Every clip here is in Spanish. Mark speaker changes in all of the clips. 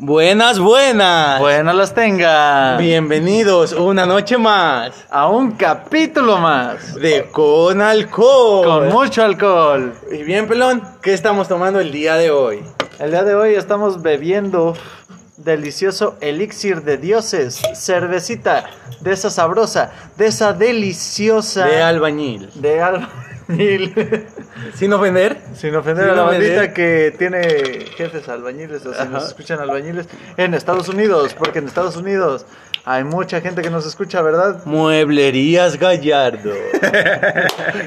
Speaker 1: Buenas, buenas.
Speaker 2: Buenas las tenga.
Speaker 1: Bienvenidos una noche más
Speaker 2: A un capítulo más.
Speaker 1: de Con Alcohol.
Speaker 2: Con mucho alcohol.
Speaker 1: y bien, pelón, ¿qué estamos tomando el día de hoy?
Speaker 2: El día de hoy estamos bebiendo delicioso elixir de dioses. Cervecita de esa sabrosa, de esa deliciosa.
Speaker 1: De albañil.
Speaker 2: de albañil.
Speaker 1: Sin ofender.
Speaker 2: Sin ofender
Speaker 1: Sin
Speaker 2: a la
Speaker 1: ofender.
Speaker 2: bandita que tiene jefes albañiles o si
Speaker 1: Ajá.
Speaker 2: nos escuchan albañiles en Estados Unidos, porque en Estados Unidos hay mucha gente que nos escucha, ¿verdad?
Speaker 1: Mueblerías Gallardo.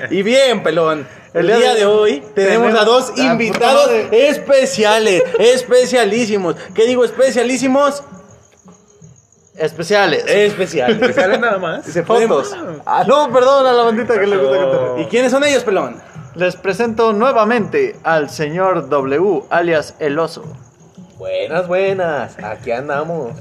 Speaker 1: y bien, pelón. El día, de hoy tenemos a dos
Speaker 2: a-
Speaker 1: invitados
Speaker 2: madre.
Speaker 1: especiales, especialísimos. ¿Qué digo especialísimos?
Speaker 2: Especiales.
Speaker 1: Especiales.
Speaker 3: Sale nada más.
Speaker 2: Dice Eh, fotos. Ah, no, perdón a la bandita que le gusta cantar.
Speaker 1: ¿Y quiénes son ellos, pelón?
Speaker 2: Les presento nuevamente al señor W, alias El Oso,
Speaker 3: Buenas, buenas. Aquí andamos.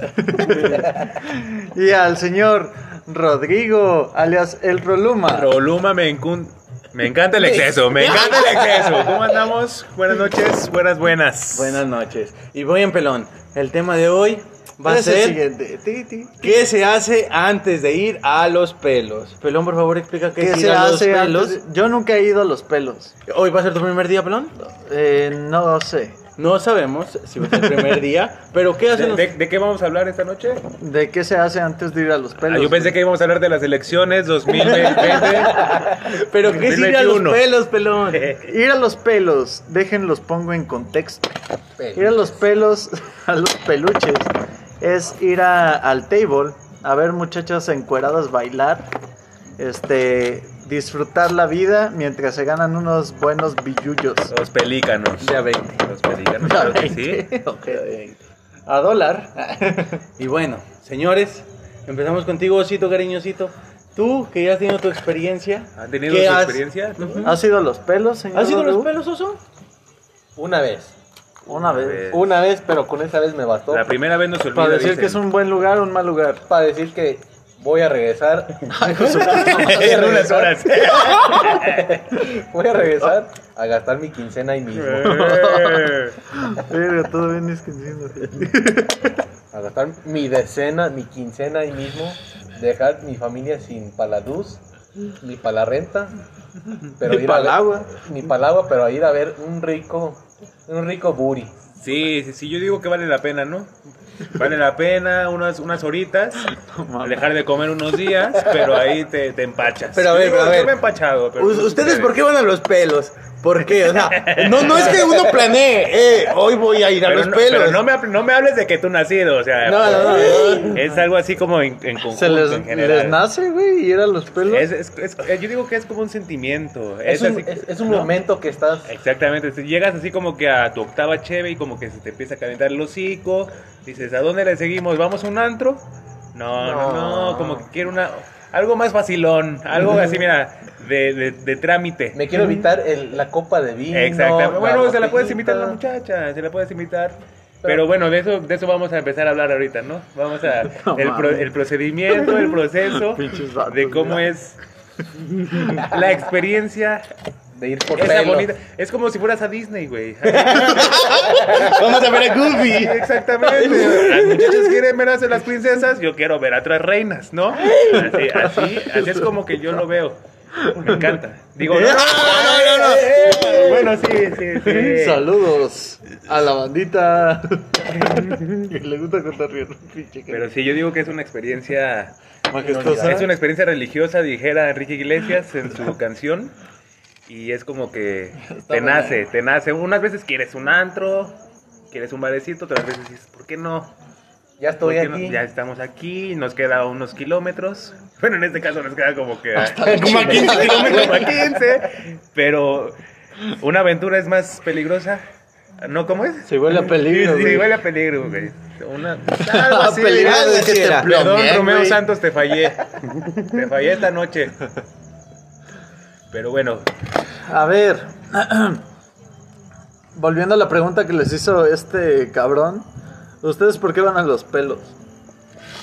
Speaker 2: y al señor Rodrigo, alias El Roluma.
Speaker 3: Roluma, me, encun- me encanta el exceso. Me encanta el exceso. ¿Cómo andamos? Buenas noches. Buenas, buenas.
Speaker 1: Buenas noches. Y voy en pelón. El tema de hoy va a
Speaker 2: Es el
Speaker 1: ser
Speaker 2: siguiente. Ti, ti.
Speaker 1: ¿Qué se hace antes de ir a los pelos? Pelón, por favor, explica qué,
Speaker 2: ¿Qué
Speaker 1: es
Speaker 2: se
Speaker 1: ir a
Speaker 2: hace
Speaker 1: los
Speaker 2: antes
Speaker 1: pelos.
Speaker 2: de- Yo nunca he ido a los pelos.
Speaker 1: ¿Hoy va a ser tu primer día, pelón?
Speaker 2: Eh, no sé.
Speaker 1: No sabemos si va a ser el primer día, pero ¿qué hacen
Speaker 3: ¿De,
Speaker 1: los
Speaker 3: de- de qué vamos a hablar esta noche?
Speaker 2: ¿De qué se hace antes de ir a los
Speaker 3: Ah,
Speaker 2: pelos?
Speaker 3: yo pensé que íbamos a hablar de las elecciones 2020.
Speaker 1: ¿Pero qué es ir a los
Speaker 3: 2021?
Speaker 1: pelos, pelón?
Speaker 2: Ir a los pelos, déjenlos pongo en contexto. Ir a los pelos, a los peluches, es ir a- al table, a ver muchachas encueradas bailar, este, disfrutar la vida mientras se ganan unos buenos billullos.
Speaker 3: Los pelícanos.
Speaker 1: De a 20.
Speaker 3: Los pelícanos. claro que sí.
Speaker 2: Ok. A dólar.
Speaker 1: Y bueno, señores, empezamos contigo, Osito, cariñosito. Tú, que ya has tenido tu experiencia.
Speaker 3: ¿Han tenido
Speaker 1: ¿qué
Speaker 3: su
Speaker 1: has-
Speaker 3: experiencia? ¿Tú?
Speaker 1: Ujú.
Speaker 2: ¿Has ido a los pelos, señor?
Speaker 1: ¿Has ido a los
Speaker 2: W?
Speaker 1: pelos, oso?
Speaker 4: Una vez.
Speaker 2: Una
Speaker 3: Una
Speaker 2: vez.
Speaker 3: vez.
Speaker 4: Una vez, pero con esa vez me bastó
Speaker 3: La primera vez nos olvida.
Speaker 2: Para decir
Speaker 3: dicen.
Speaker 2: que es un buen lugar o un mal lugar.
Speaker 4: para decir que voy a regresar.
Speaker 3: en unas horas.
Speaker 4: Voy a regresar a gastar mi quincena ahí mismo.
Speaker 2: Verga, todo bien es que entiendo.
Speaker 4: A gastar mi decena, mi quincena ahí mismo. Dejar mi familia sin para la luz, ni para la renta. Pero
Speaker 2: Ni
Speaker 4: ir
Speaker 2: pa'
Speaker 4: a
Speaker 2: el
Speaker 4: ver-
Speaker 2: agua.
Speaker 4: Ni para el agua, pero a ir a ver un rico, un rico booty.
Speaker 3: Sí, sí, sí, yo digo que vale la pena, ¿no? Vale la pena unas, unas horitas, dejar de comer unos días, pero ahí te, te empachas.
Speaker 1: Pero a
Speaker 3: Yo
Speaker 1: ver,
Speaker 3: digo,
Speaker 1: pero a
Speaker 3: yo
Speaker 1: ver.
Speaker 3: me he empachado. Pero pues,
Speaker 1: U- ¿Ustedes por qué van a los pelos? ¿Por qué? O sea, no, no es que uno planee, eh, hoy voy a ir a
Speaker 3: Pero
Speaker 1: los
Speaker 3: no,
Speaker 1: pelos.
Speaker 3: pero no me, hab- no me hables de que tú nacido, o sea.
Speaker 1: No, no, no, no.
Speaker 3: Es algo así como en, en conjunto,
Speaker 2: Se les,
Speaker 3: en general.
Speaker 2: les nace, güey, ir a los pelos.
Speaker 3: Es- es- es- eh, yo digo que es como un sentimiento.
Speaker 4: Es,
Speaker 3: Es,
Speaker 4: un,
Speaker 3: así-
Speaker 4: es- es un
Speaker 3: ¿no?
Speaker 4: momento que estás.
Speaker 3: Exactamente, si llegas así como que a tu octava cheve y como que se te empieza a calentar el hocico, dices, ¿a dónde le seguimos? ¿Vamos a un antro? No, no, no,
Speaker 4: No.
Speaker 3: como que quiero una... Algo más facilón, algo así, mira, de, de- de trámite.
Speaker 4: Me quiero evitar el- la copa de vino.
Speaker 3: Exactamente. Bueno, se la puedes invitar a la
Speaker 4: botellita.
Speaker 3: muchacha, se la puedes invitar. Pero bueno, de eso, de eso vamos a empezar a hablar ahorita, ¿no? Vamos a...
Speaker 2: No
Speaker 3: El, pro-
Speaker 2: mames.
Speaker 3: el procedimiento, el proceso,
Speaker 2: Pinches vatos,
Speaker 3: de cómo
Speaker 2: mira.
Speaker 3: es la experiencia
Speaker 4: De ir por
Speaker 3: esa
Speaker 4: pelo.
Speaker 3: bonita- es como si fueras a Disney, güey.
Speaker 1: Vamos a ver a Goofy.
Speaker 3: Exactamente. güey. Las muchachas quieren ver a las princesas, yo quiero ver a otras reinas, ¿no? Así, así, así es como que yo lo veo. Me encanta. Digo, no, no, no, no, no. Bueno, sí, sí,
Speaker 1: Eh,
Speaker 3: sí.
Speaker 2: Saludos a la bandita que le gusta contar bien. pinche gente.
Speaker 3: Pero sí, yo digo que es una experiencia
Speaker 2: Majestuosa.
Speaker 3: Es una experiencia religiosa, dijera Enrique Iglesias en su canción. Y es como que te
Speaker 4: buena.
Speaker 3: nace, te nace. Unas veces quieres un antro, quieres un barecito, otras veces dices, ¿por qué no?
Speaker 4: Ya estoy
Speaker 3: ¿Por qué no?
Speaker 4: aquí.
Speaker 3: Ya estamos aquí, nos queda unos kilómetros. Bueno, en este caso nos queda como que
Speaker 1: Como a 15 kilómetros.
Speaker 3: como a 15. Pero una aventura es más peligrosa. ¿No? ¿Cómo es?
Speaker 2: Se huele a peligro,
Speaker 3: Sí,
Speaker 2: güey.
Speaker 3: huele a peligro, güey. Una...
Speaker 1: Ah,
Speaker 3: Algo así.
Speaker 2: Peligro
Speaker 1: algo
Speaker 2: de que
Speaker 1: así
Speaker 2: te
Speaker 1: era.
Speaker 2: plomean,
Speaker 3: Perdón, Romeo
Speaker 2: güey.
Speaker 3: Santos, te fallé. te fallé esta noche. Pero bueno,
Speaker 2: A ver, volviendo a la pregunta que les hizo este cabrón, ¿ustedes por qué van a los pelos?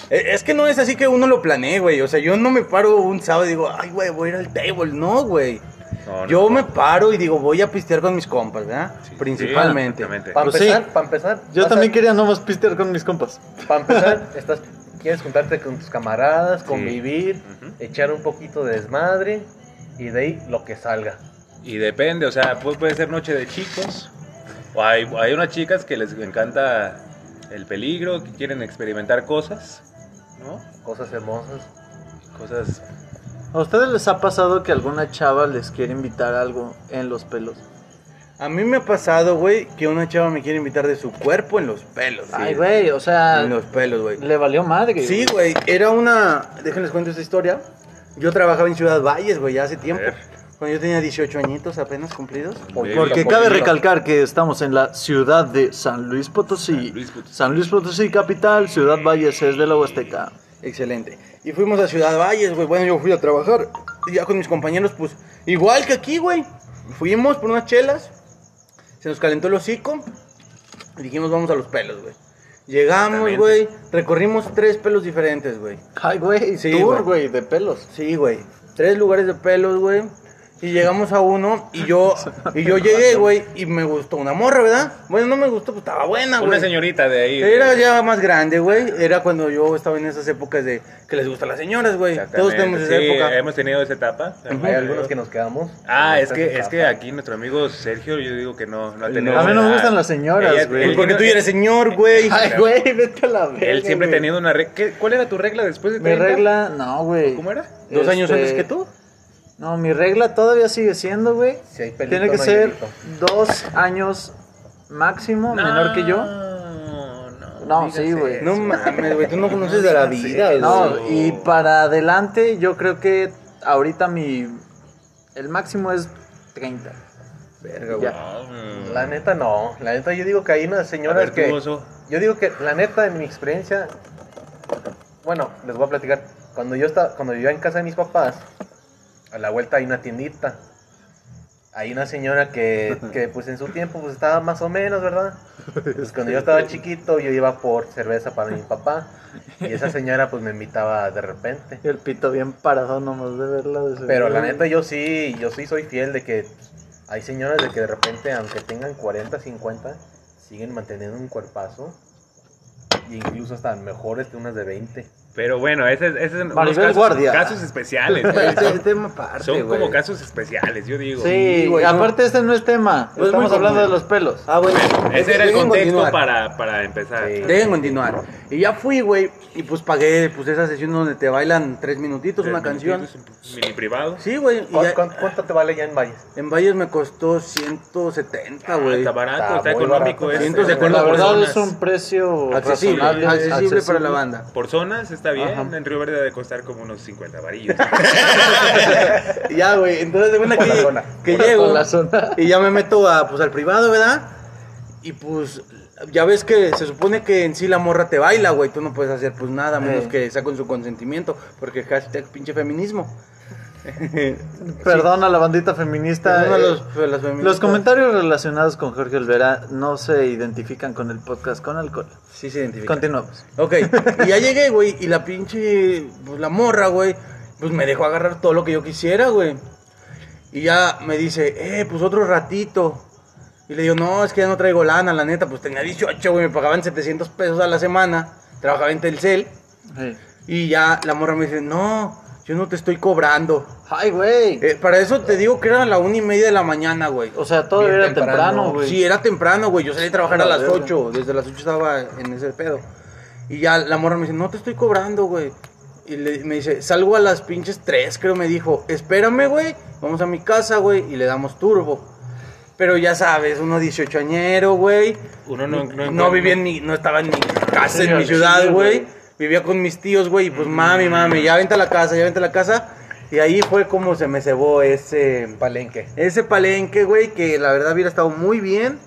Speaker 1: Eh, Es que no es así que uno lo planee, güey. O sea, yo no me paro un sábado y digo, ay, güey, voy a ir al table. No, güey.
Speaker 5: No, no,
Speaker 1: Yo
Speaker 5: no.
Speaker 1: me paro y digo, voy a pistear con mis compas, ¿verdad?
Speaker 5: Sí,
Speaker 1: Principalmente.
Speaker 5: sí, exactamente.
Speaker 4: Para
Speaker 1: Pues
Speaker 4: empezar,
Speaker 1: sí.
Speaker 4: para empezar.
Speaker 2: Yo
Speaker 4: vas
Speaker 2: también
Speaker 4: a-
Speaker 2: quería nomás pistear con mis compas.
Speaker 4: Para empezar, estás, quieres juntarte con tus camaradas, convivir,
Speaker 5: Ujú.
Speaker 4: echar un poquito de desmadre y de ahí lo que salga.
Speaker 5: Y depende, o sea, pu- puede ser noche de chicos. O hay, hay unas chicas que les encanta el peligro, que quieren experimentar cosas, ¿no?
Speaker 4: Cosas hermosas.
Speaker 5: Cosas.
Speaker 2: ¿A ustedes les ha pasado que alguna chava les quiere invitar algo en los pelos?
Speaker 1: A mí me ha pasado, güey, que una chava me quiere invitar de su cuerpo en los pelos.
Speaker 2: Ay, güey, o sea,
Speaker 1: En los pelos, güey.
Speaker 2: le valió madre.
Speaker 1: Sí, güey, era una... Déjenles cuento esta historia. Yo trabajaba en Ciudad Valles, güey, ya hace tiempo.
Speaker 5: ver.
Speaker 1: Cuando yo tenía 18 añitos apenas cumplidos.
Speaker 4: Por-
Speaker 5: Bello.
Speaker 2: Porque
Speaker 4: Poquito,
Speaker 2: cabe
Speaker 4: poquito.
Speaker 2: recalcar que estamos en la ciudad de San Luis Potosí.
Speaker 5: San Luis Potosí.
Speaker 2: San Luis Potosí, capital, Ciudad Valles es de la Huasteca.
Speaker 1: Excelente. Y fuimos a Ciudad Valles, güey. Bueno, yo fui a trabajar. Y ya con mis compañeros, pues, igual que aquí, güey. Fuimos por unas chelas. Se nos calentó el hocico. Y dijimos, vamos a los pelos, güey. Llegamos,
Speaker 5: Exactamente.
Speaker 1: güey. Recorrimos tres pelos diferentes, güey.
Speaker 2: Ay, güey,
Speaker 1: Sí,
Speaker 2: tour,
Speaker 1: güey.
Speaker 2: güey, de pelos.
Speaker 1: Sí, güey. Tres lugares de pelos, güey. Y llegamos a uno y yo y yo llegué, güey, y me gustó una morra, ¿verdad? Bueno, no me gustó, pues estaba buena, güey.
Speaker 5: Una señorita de ahí.
Speaker 1: Era
Speaker 5: de-
Speaker 1: ya más grande, güey. Era cuando yo estaba en esas épocas de que les gustan las señoras, güey. Todos
Speaker 5: Exactamente,
Speaker 1: tenemos esa
Speaker 5: sí,
Speaker 1: época.
Speaker 5: hemos tenido esa etapa.
Speaker 4: Hay algunos que nos quedamos.
Speaker 5: Ah, es
Speaker 4: en esta
Speaker 5: que, es
Speaker 4: etapa.
Speaker 5: que aquí nuestro amigo Sergio, yo digo que no, no ha
Speaker 1: No.
Speaker 5: tenido.
Speaker 1: A mí
Speaker 2: no me
Speaker 5: esa-
Speaker 2: gustan las señoras,
Speaker 5: Ella-
Speaker 2: güey.
Speaker 5: él-
Speaker 1: Porque tú ya eres señor, eh, güey.
Speaker 2: Ay, güey, vete a la verga.
Speaker 5: Él siempre ha
Speaker 2: güey.
Speaker 5: tenido una regla. ¿Cuál era tu regla después de
Speaker 2: Mi
Speaker 5: 30?
Speaker 2: regla, no, güey.
Speaker 5: ¿Cómo era?
Speaker 1: Dos años
Speaker 2: Este,
Speaker 1: antes que tú.
Speaker 2: No, mi regla todavía sigue siendo, güey.
Speaker 4: Si hay pelito,
Speaker 2: Tiene que
Speaker 4: no hay
Speaker 2: ser
Speaker 4: pelito.
Speaker 2: dos años máximo, menor que yo.
Speaker 5: No, no.
Speaker 2: No,
Speaker 5: digas
Speaker 2: sí, güey.
Speaker 5: eso.
Speaker 1: No mames, güey. Tú no conoces de la vida, güey.
Speaker 2: No,
Speaker 5: eso.
Speaker 2: y para adelante yo creo que ahorita mi... El máximo es 30.
Speaker 1: Verga,
Speaker 2: ya.
Speaker 1: güey.
Speaker 5: No,
Speaker 4: La neta, no. La neta, yo digo que hay unas
Speaker 5: A
Speaker 4: señoras
Speaker 5: ver, tú,
Speaker 4: que.
Speaker 5: oso.
Speaker 4: Yo digo que, la neta, en mi experiencia. Bueno, les voy a platicar. Cuando yo estaba, cuando vivía en casa de mis papás, a la vuelta hay una tiendita. Hay una señora que, que, pues en su tiempo pues estaba más o menos, ¿verdad? Pues, cuando yo estaba chiquito yo iba por cerveza para mi papá y esa señora pues me invitaba de repente.
Speaker 2: El pito bien parado nomás de verla. de seguro.
Speaker 4: Pero la neta yo sí, yo sí soy fiel de que hay señoras de que de repente, aunque tengan 40, 50, siguen manteniendo un cuerpazo. E incluso hasta mejores que unas de 20.
Speaker 5: Pero bueno, ese, ese es unos
Speaker 2: Maribel
Speaker 5: casos,
Speaker 2: Guardia.
Speaker 5: casos especiales. güey.
Speaker 1: Güey, este es tema aparte,
Speaker 5: Son
Speaker 1: güey.
Speaker 5: como casos especiales, yo digo.
Speaker 2: Sí,
Speaker 1: Sí, güey,
Speaker 2: aparte este no es tema.
Speaker 1: Pues
Speaker 2: Estamos
Speaker 1: muy
Speaker 2: hablando de
Speaker 1: común.
Speaker 2: los pelos.
Speaker 1: Ah, bueno.
Speaker 5: Ese era el
Speaker 1: Dejen
Speaker 5: contexto
Speaker 1: continuar.
Speaker 5: para, para empezar.
Speaker 4: Sí.
Speaker 1: Deben continuar. Y ya fui, güey. Y pues pagué pues esa sesión donde te bailan tres minutitos, una canción.
Speaker 5: canción. Mini privado.
Speaker 1: Sí, güey. y
Speaker 4: ¿Cu-
Speaker 1: ya-
Speaker 4: cuán- ¿Cuánto te vale ya en Valles?
Speaker 1: En Valles me costó 170,
Speaker 5: Ah,
Speaker 1: güey.
Speaker 5: está barato, está,
Speaker 4: Está muy
Speaker 5: económico.
Speaker 4: barato.
Speaker 5: ese.
Speaker 1: Cientos de
Speaker 5: Por
Speaker 1: acuerdo,
Speaker 2: la verdad
Speaker 5: zonas.
Speaker 2: es un precio
Speaker 1: Accesible,
Speaker 2: razonable,
Speaker 1: accesible para la banda.
Speaker 5: Por zonas está bien.
Speaker 2: Ajá.
Speaker 5: En Río Verde debe costar como unos 50 varillos.
Speaker 1: Ya, güey, entonces de buena
Speaker 4: Por la
Speaker 1: que,
Speaker 4: zona.
Speaker 1: que
Speaker 2: Por
Speaker 1: llego
Speaker 2: la zona.
Speaker 1: y ya me meto a, pues, al privado, ¿verdad? Y pues ya ves que se supone que en sí la morra te baila, güey, tú no puedes hacer pues nada, a menos
Speaker 2: Eh.
Speaker 1: que sea con su consentimiento, porque hashtag pinche feminismo.
Speaker 2: Perdón a la bandita feminista.
Speaker 1: Perdón a
Speaker 2: eh,
Speaker 1: los,
Speaker 2: los,
Speaker 1: a las feministas.
Speaker 2: comentarios relacionados con Jorge Olvera no se identifican con el podcast con alcohol.
Speaker 1: Sí se identifican.
Speaker 2: Continuamos.
Speaker 1: Ok, y ya llegué, güey, y la pinche, pues la morra, güey, pues me dejó agarrar todo lo que yo quisiera, güey. Y ya me dice, eh, pues otro ratito. Y le digo, no, es que ya no traigo lana, la neta, pues tenía 18, güey, me pagaban 700 pesos a la semana, trabajaba en Telcel,
Speaker 2: Sí.
Speaker 1: y ya la morra me dice, no, yo no te estoy cobrando.
Speaker 2: Ay, güey.
Speaker 1: Eh, para eso te digo que era la una y media de la mañana, güey.
Speaker 2: o sea, todo
Speaker 4: bien
Speaker 2: era temprano,
Speaker 4: temprano,
Speaker 2: güey.
Speaker 1: Sí, eh. era temprano, güey. Yo salí a trabajar a
Speaker 2: La
Speaker 1: las
Speaker 2: verga.
Speaker 1: 8. Desde las 8 estaba en ese pedo. Y ya la morra me dice, no te estoy cobrando, güey. Y le- me dice, salgo a las pinches 3, creo. Me dijo, espérame, güey. Vamos a mi casa, güey. Y le damos turbo. Pero ya sabes, uno 18 añero, güey.
Speaker 5: Uno no- no encuentra-
Speaker 1: no vivía en mi, no estaba en mi casa,
Speaker 2: Sí,
Speaker 1: en mi
Speaker 2: sí,
Speaker 1: ciudad,
Speaker 2: sí,
Speaker 1: güey.
Speaker 2: güey.
Speaker 1: Vivía con mis tíos, güey. Y pues mami, mami, ya vente a la casa, ya vente a la casa. Y ahí fue como se me cebó ese...
Speaker 4: Palenque.
Speaker 1: Ese palenque, güey, que la verdad hubiera estado muy bien,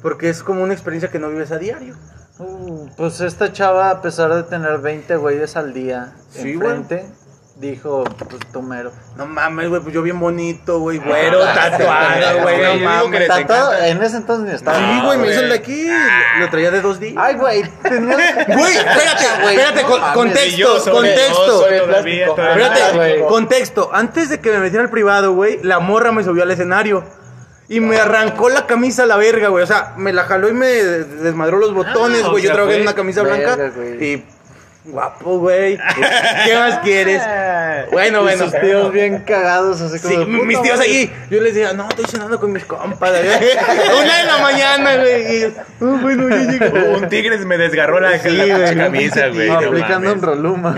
Speaker 1: porque es como una experiencia que no vives a diario.
Speaker 2: Uh, pues esta chava, a pesar de tener 20 güeyes al día
Speaker 1: Sí,
Speaker 2: enfrente, dijo, pues tú mero.
Speaker 1: No mames, güey, pues yo bien bonito, güey, güero, tatuado,
Speaker 3: Ah, sí,
Speaker 1: güey,
Speaker 3: güey, yo
Speaker 1: no
Speaker 3: digo que
Speaker 1: mames.
Speaker 3: les
Speaker 2: Tatuado,
Speaker 3: encanta.
Speaker 2: en ese entonces ni estaba.
Speaker 1: Sí, güey, me hizo el de
Speaker 3: güey.
Speaker 1: aquí, lo traía de dos días.
Speaker 2: Ay, güey, tenías-
Speaker 1: Güey, espérate, espérate,
Speaker 2: no
Speaker 1: con-
Speaker 2: mames,
Speaker 3: Y yo
Speaker 1: contexto,
Speaker 3: soy
Speaker 1: contexto.
Speaker 3: hermoso todavía,
Speaker 4: plástico.
Speaker 3: todavía.
Speaker 1: Espérate,
Speaker 2: Ah, güey.
Speaker 1: contexto. Antes de que me metiera al privado, güey, la morra me subió al escenario. Y me arrancó la camisa a la verga, güey. O sea, me la jaló y me des- desmadró los botones,
Speaker 3: Ah,
Speaker 1: güey.
Speaker 3: o
Speaker 1: Yo
Speaker 3: sea,
Speaker 1: trabajé en
Speaker 3: fue-
Speaker 1: una camisa
Speaker 2: Verga,
Speaker 1: blanca.
Speaker 2: güey.
Speaker 1: Y guapo, güey. ¿Qué más quieres? Bueno,
Speaker 2: y
Speaker 1: bueno.
Speaker 2: sus tíos bien cagados, así como.
Speaker 1: Sí,
Speaker 2: de,
Speaker 1: mis
Speaker 2: "Puta
Speaker 1: tíos
Speaker 2: madre".
Speaker 1: ahí. Yo les decía, no, estoy cenando con mis compas. güey. Una de la mañana, güey. Y yo, "Ah, bueno, ya llegó.
Speaker 3: Un tigres me desgarró la,
Speaker 1: Sí,
Speaker 3: la
Speaker 1: güey,
Speaker 3: pinche
Speaker 1: no, pues,
Speaker 3: camisa, güey. no
Speaker 2: aplicando un
Speaker 3: mames.
Speaker 2: roluma.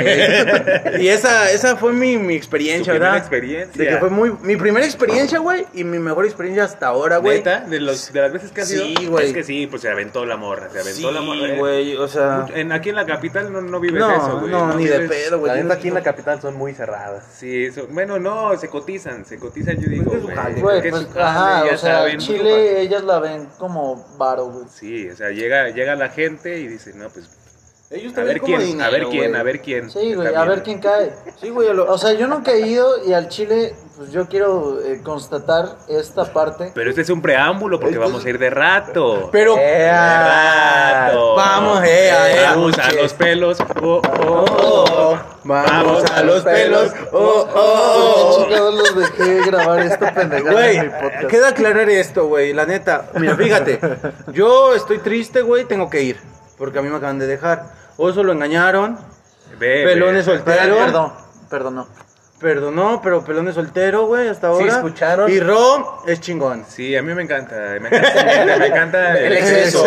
Speaker 1: Y esa, esa fue mi, mi
Speaker 3: Tu
Speaker 1: experiencia,
Speaker 3: primera
Speaker 1: ¿verdad?
Speaker 3: experiencia.
Speaker 1: De que fue muy. Mi primera experiencia, güey, y mi mejor experiencia hasta ahora, güey.
Speaker 3: ¿Neta? ¿De, los, de las veces que ha sido?
Speaker 1: Sí, güey.
Speaker 3: Es que sí, pues se aventó la morra, se aventó
Speaker 1: Sí,
Speaker 3: la morra. eh.
Speaker 1: güey, o sea.
Speaker 3: En, aquí en la capital no, no vives
Speaker 1: No,
Speaker 3: eso, güey.
Speaker 1: no, ni de
Speaker 3: vives-
Speaker 1: pedo, güey.
Speaker 4: La neta
Speaker 1: Tienes-
Speaker 4: aquí en la capital son muy cerradas.
Speaker 3: Sí, eso. Bueno, no, se cotizan, se cotizan, yo digo.
Speaker 1: Pues es su jale,
Speaker 3: güey,
Speaker 2: Güey,
Speaker 3: que es
Speaker 2: pues,
Speaker 3: su jale,
Speaker 2: ajá,
Speaker 3: ya
Speaker 2: o sea,
Speaker 3: saben,
Speaker 2: Chile, ellas la ven como varo, güey.
Speaker 3: Sí, o sea, llega, llega la gente y dice, no, pues,
Speaker 1: Ellos
Speaker 3: a
Speaker 1: también
Speaker 3: ver
Speaker 1: como
Speaker 3: quién,
Speaker 1: dinero,
Speaker 3: a ver quién,
Speaker 1: güey.
Speaker 3: a ver quién.
Speaker 2: Sí, güey,
Speaker 3: está
Speaker 2: a ver
Speaker 3: viendo.
Speaker 2: quién cae.
Speaker 1: Sí, güey, a lo-
Speaker 2: O sea, yo nunca he ido y al Chile, pues yo quiero eh, constatar esta parte.
Speaker 3: Pero este es un preámbulo porque vamos a ir de rato.
Speaker 1: Pero. ah,
Speaker 3: De
Speaker 4: ¡Ea!
Speaker 3: rato.
Speaker 1: Vamos, eh, ea, ea.
Speaker 3: Vamos a los pelos. Oh, oh,
Speaker 1: Oh,
Speaker 3: oh.
Speaker 1: oh, vamos a los pelos. Oh,
Speaker 2: Oh,
Speaker 1: oh, oh.
Speaker 2: chingados los dejé grabar esta pendejada en mi
Speaker 1: Güey,
Speaker 2: podcast.
Speaker 1: queda aclarar esto, güey, la neta. Mira, fíjate, yo estoy triste, güey, tengo que ir, porque a mí me acaban de dejar. Oso lo engañaron,
Speaker 3: Ve,
Speaker 1: Pelones
Speaker 3: ve.
Speaker 1: soltero.
Speaker 2: Perdón, perdón, no.
Speaker 1: Perdonó, pero Pelón es soltero, güey, hasta ahora.
Speaker 4: escucharon.
Speaker 1: Y Ro es chingón.
Speaker 3: Sí, a mí me encanta. Me encanta, me encanta
Speaker 4: El exceso,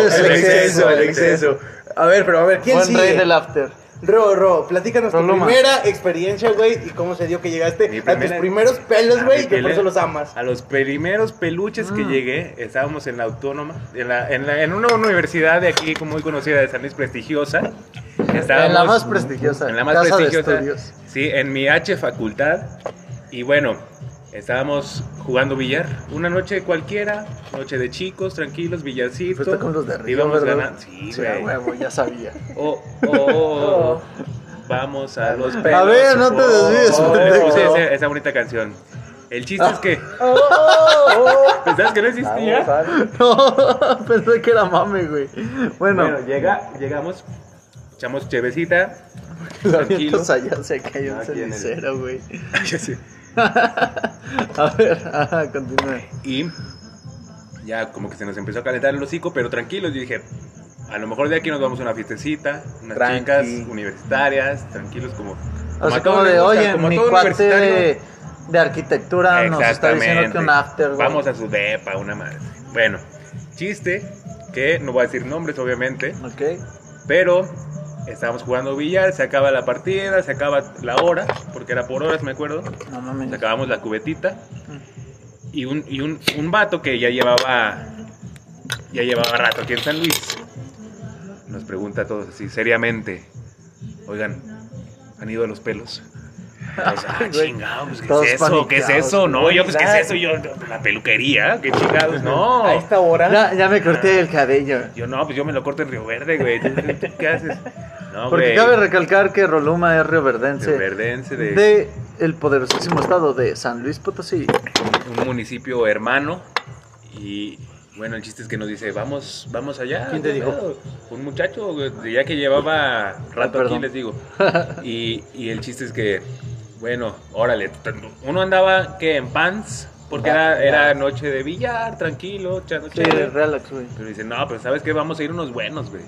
Speaker 1: el exceso, el exceso. A ver, pero a ver, ¿quién
Speaker 2: Buen
Speaker 1: sigue?
Speaker 2: rey del after.
Speaker 1: Ro, Ro, platícanos tu
Speaker 2: Ro Loma.
Speaker 1: primera experiencia, güey, y cómo se dio que llegaste
Speaker 3: Mi
Speaker 1: a tus
Speaker 3: primera-
Speaker 1: primeros pelos,
Speaker 3: A
Speaker 1: güey,
Speaker 3: mis
Speaker 1: y que por
Speaker 3: pele-
Speaker 1: eso los amas.
Speaker 3: A los primeros peluches
Speaker 2: Ah.
Speaker 3: que llegué, estábamos en la autónoma, en, la, en, la- en una universidad de aquí como muy conocida de San Luis, prestigiosa. Estábamos-
Speaker 2: En la más prestigiosa,
Speaker 3: En la más
Speaker 2: casa de
Speaker 3: prestigiosa.
Speaker 2: estudios.
Speaker 3: Sí, en mi H facultad. Y bueno, estábamos jugando billar. Una noche cualquiera, noche de chicos, tranquilos, billarcito.
Speaker 2: Fuiste con los de arriba,
Speaker 3: Íbamos
Speaker 2: ¿verdad?
Speaker 3: ganando. Sí,
Speaker 2: a
Speaker 3: güey.
Speaker 2: huevo, ya sabía.
Speaker 3: Oh, oh, oh, Vamos a los pelos. Oh,
Speaker 2: A ver, no te desvíes, pendejo.
Speaker 3: Sí, esa, esa bonita canción. El chiste es que. oh, ¿Pensabas que no existía?
Speaker 4: Vamos a-
Speaker 2: No, pensé que era mame, güey. Bueno,
Speaker 3: Bueno, llega, llegamos, echamos chevecita.
Speaker 2: la
Speaker 3: tranquilo.
Speaker 2: avientas allá, se cayó un
Speaker 3: Aquí en el-
Speaker 2: cenicero, güey.
Speaker 3: ya sé,
Speaker 2: A ver, ajá, continúe.
Speaker 3: Y ya como que se nos empezó a calentar el hocico, pero tranquilos. Yo dije, a lo mejor de aquí nos vamos a una fiestecita, unas
Speaker 4: Tranqui.
Speaker 3: chicas universitarias, tranquilos como.
Speaker 2: O sea,
Speaker 3: a todo
Speaker 2: como de,
Speaker 3: le gusta,
Speaker 2: oye,
Speaker 3: como a
Speaker 2: mi
Speaker 3: todo universitario".
Speaker 2: cuate de arquitectura nos está diciendo que un after, güey.
Speaker 3: Vamos a su depa, una madre. Bueno, chiste que no voy a decir nombres, obviamente.
Speaker 2: Ok.
Speaker 3: Pero estábamos jugando billar, se acaba la partida, se acaba la hora, porque era por horas, me acuerdo.
Speaker 2: No mames.
Speaker 3: Acabamos la cubetita. Y un, y un, un vato que ya llevaba. Ya llevaba rato aquí en San Luis. Nos pregunta a todos así, seriamente. Oigan, ¿han ido a los pelos? Todos, ah,
Speaker 2: Güey,
Speaker 3: chingado, pues, ¿qué
Speaker 2: todos
Speaker 3: es eso? ¿Qué es
Speaker 2: paniqueados,
Speaker 3: eso? No,
Speaker 4: güey,
Speaker 3: yo, pues, ¿qué es
Speaker 4: claro.
Speaker 3: eso? Yo, la peluquería, ¿qué chingados? No.
Speaker 4: A esta hora.
Speaker 2: Ya, ya me corté el cabello.
Speaker 3: Yo no, pues yo me lo corto en Río Verde, güey. ¿Tú- tú- tú ¿Qué haces? No,
Speaker 2: Porque
Speaker 3: güey.
Speaker 2: cabe recalcar que Roluma es rioverdense.
Speaker 3: Río Verdense de,
Speaker 2: De el poderosísimo estado de San Luis Potosí.
Speaker 3: un municipio hermano. Y bueno, el chiste es que nos dice, vamos, vamos allá.
Speaker 1: ¿Quién te
Speaker 3: ¿qué
Speaker 1: dijo? Ah,
Speaker 3: pedo? Un muchacho, güey, ya que llevaba rato aquí,
Speaker 2: perdón.
Speaker 3: les digo. Y, y el chiste es que, bueno, órale. Uno andaba, que En pants, porque era, era noche de billar, tranquilo, echando
Speaker 2: Sí,
Speaker 3: chévere.
Speaker 2: relax, güey.
Speaker 3: Pero dice, no, pero ¿sabes qué? Vamos a ir unos buenos, güey.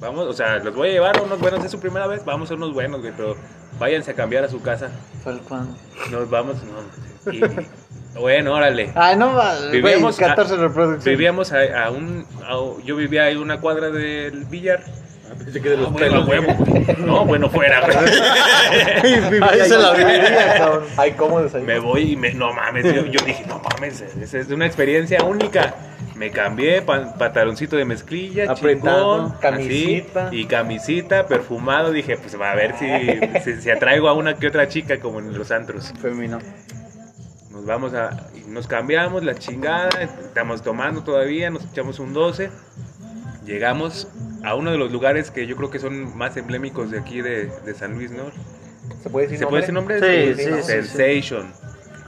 Speaker 3: Vamos, o sea, los voy a llevar a unos buenos, es su primera vez, vamos a unos buenos, güey, pero váyanse a cambiar a su casa.
Speaker 2: Fue el Juan.
Speaker 3: Nos vamos, no. Y, y- bueno, órale.
Speaker 2: Ay, no va.
Speaker 3: Vivíamos
Speaker 2: güey,
Speaker 3: a-
Speaker 2: 14 reproducciones.
Speaker 3: Vivíamos a, a un, a- yo vivía ahí una cuadra del billar. Ah, bueno, a huevo, güey. No, bueno, fuera, güey.
Speaker 2: Ahí se la viviría, cabrón.
Speaker 4: Ay, cómo desayuno.
Speaker 3: Me voy y me, no mames, yo, yo dije, no mames, es, es una experiencia única. Me cambié, pa- pantaloncito de mezclilla,
Speaker 4: Apretado,
Speaker 3: chingón,
Speaker 4: camisita.
Speaker 3: así, y camisita, perfumado. Dije, pues va a ver si, si, si atraigo a una que otra chica como en los antros.
Speaker 1: Femino.
Speaker 3: Nos vamos a, y nos cambiamos, la chingada, estamos tomando todavía, nos echamos un 12. Llegamos a uno de los lugares que yo creo que son más emblemáticos de aquí de, de San Luis, ¿no?
Speaker 4: ¿Se puede decir
Speaker 3: ¿Se puede decir nombre?
Speaker 2: Sí, sí, sí,
Speaker 3: Sensation.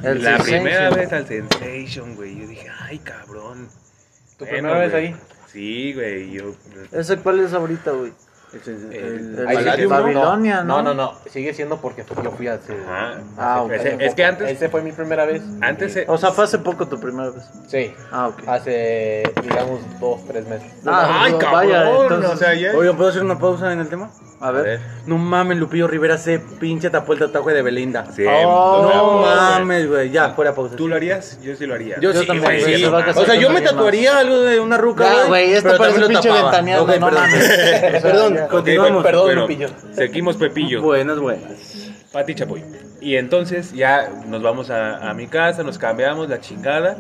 Speaker 2: El
Speaker 3: la
Speaker 2: Sensation.
Speaker 3: primera vez al Sensation, güey. Yo dije, ay, cabrón.
Speaker 4: ¿Tu
Speaker 3: Bueno,
Speaker 4: primera vez
Speaker 3: güey.
Speaker 4: ahí?
Speaker 3: Sí, güey. Yo.
Speaker 2: ¿Ese cuál es ahorita, güey?
Speaker 1: El,
Speaker 3: el-
Speaker 2: El
Speaker 4: Ahí sí que-
Speaker 2: Palladium,
Speaker 1: Palladium, ¿no?
Speaker 2: Babilonia, ¿no?
Speaker 4: No, no, no. Sigue siendo porque yo fui a... hace-
Speaker 3: Ajá.
Speaker 2: Ah,
Speaker 4: hace-
Speaker 2: ok.
Speaker 4: hace
Speaker 3: Es que
Speaker 4: poco.
Speaker 3: antes-
Speaker 4: Esa fue mi primera vez.
Speaker 3: Antes se-
Speaker 2: O sea, fue hace poco tu primera vez.
Speaker 4: Sí.
Speaker 2: Ah, ok.
Speaker 4: Hace, digamos, dos, tres meses.
Speaker 2: Ah,
Speaker 3: ay,
Speaker 2: no,
Speaker 3: cabrón.
Speaker 2: vaya, entonces-
Speaker 3: O sea, ya.
Speaker 1: Oigan, ¿puedo hacer una pausa en el tema?
Speaker 2: A ver.
Speaker 3: Eh.
Speaker 1: No mames, Lupillo Rivera se pinche tapó el tatuaje de Belinda.
Speaker 3: Sí,
Speaker 2: Oh,
Speaker 1: No
Speaker 3: güey.
Speaker 1: mames, güey. Ya, fuera pausa.
Speaker 3: ¿Tú lo harías? Yo sí lo haría.
Speaker 1: Yo,
Speaker 2: Yo
Speaker 1: sí,
Speaker 2: también,
Speaker 1: güey,
Speaker 2: güey,
Speaker 1: sí.
Speaker 2: se va a casar
Speaker 1: O sea, yo
Speaker 2: con
Speaker 1: me
Speaker 2: alguien
Speaker 1: tatuaría algo de una ruca,
Speaker 2: Ya,
Speaker 1: güey.
Speaker 2: güey, esto
Speaker 1: pero
Speaker 2: parece
Speaker 1: también lo
Speaker 2: pinche
Speaker 1: tapaba.
Speaker 2: ventaneando,
Speaker 1: Ok,
Speaker 2: no
Speaker 1: perdón.
Speaker 2: mames.
Speaker 1: Perdón,
Speaker 2: Ya.
Speaker 1: continuamos.
Speaker 4: Ok, perdón,
Speaker 3: bueno,
Speaker 4: Lupillo.
Speaker 3: Seguimos Pepillo.
Speaker 1: Buenas, buenas.
Speaker 3: Pati Chapoy. Y entonces ya nos vamos a, a mi casa, nos cambiamos la chingada.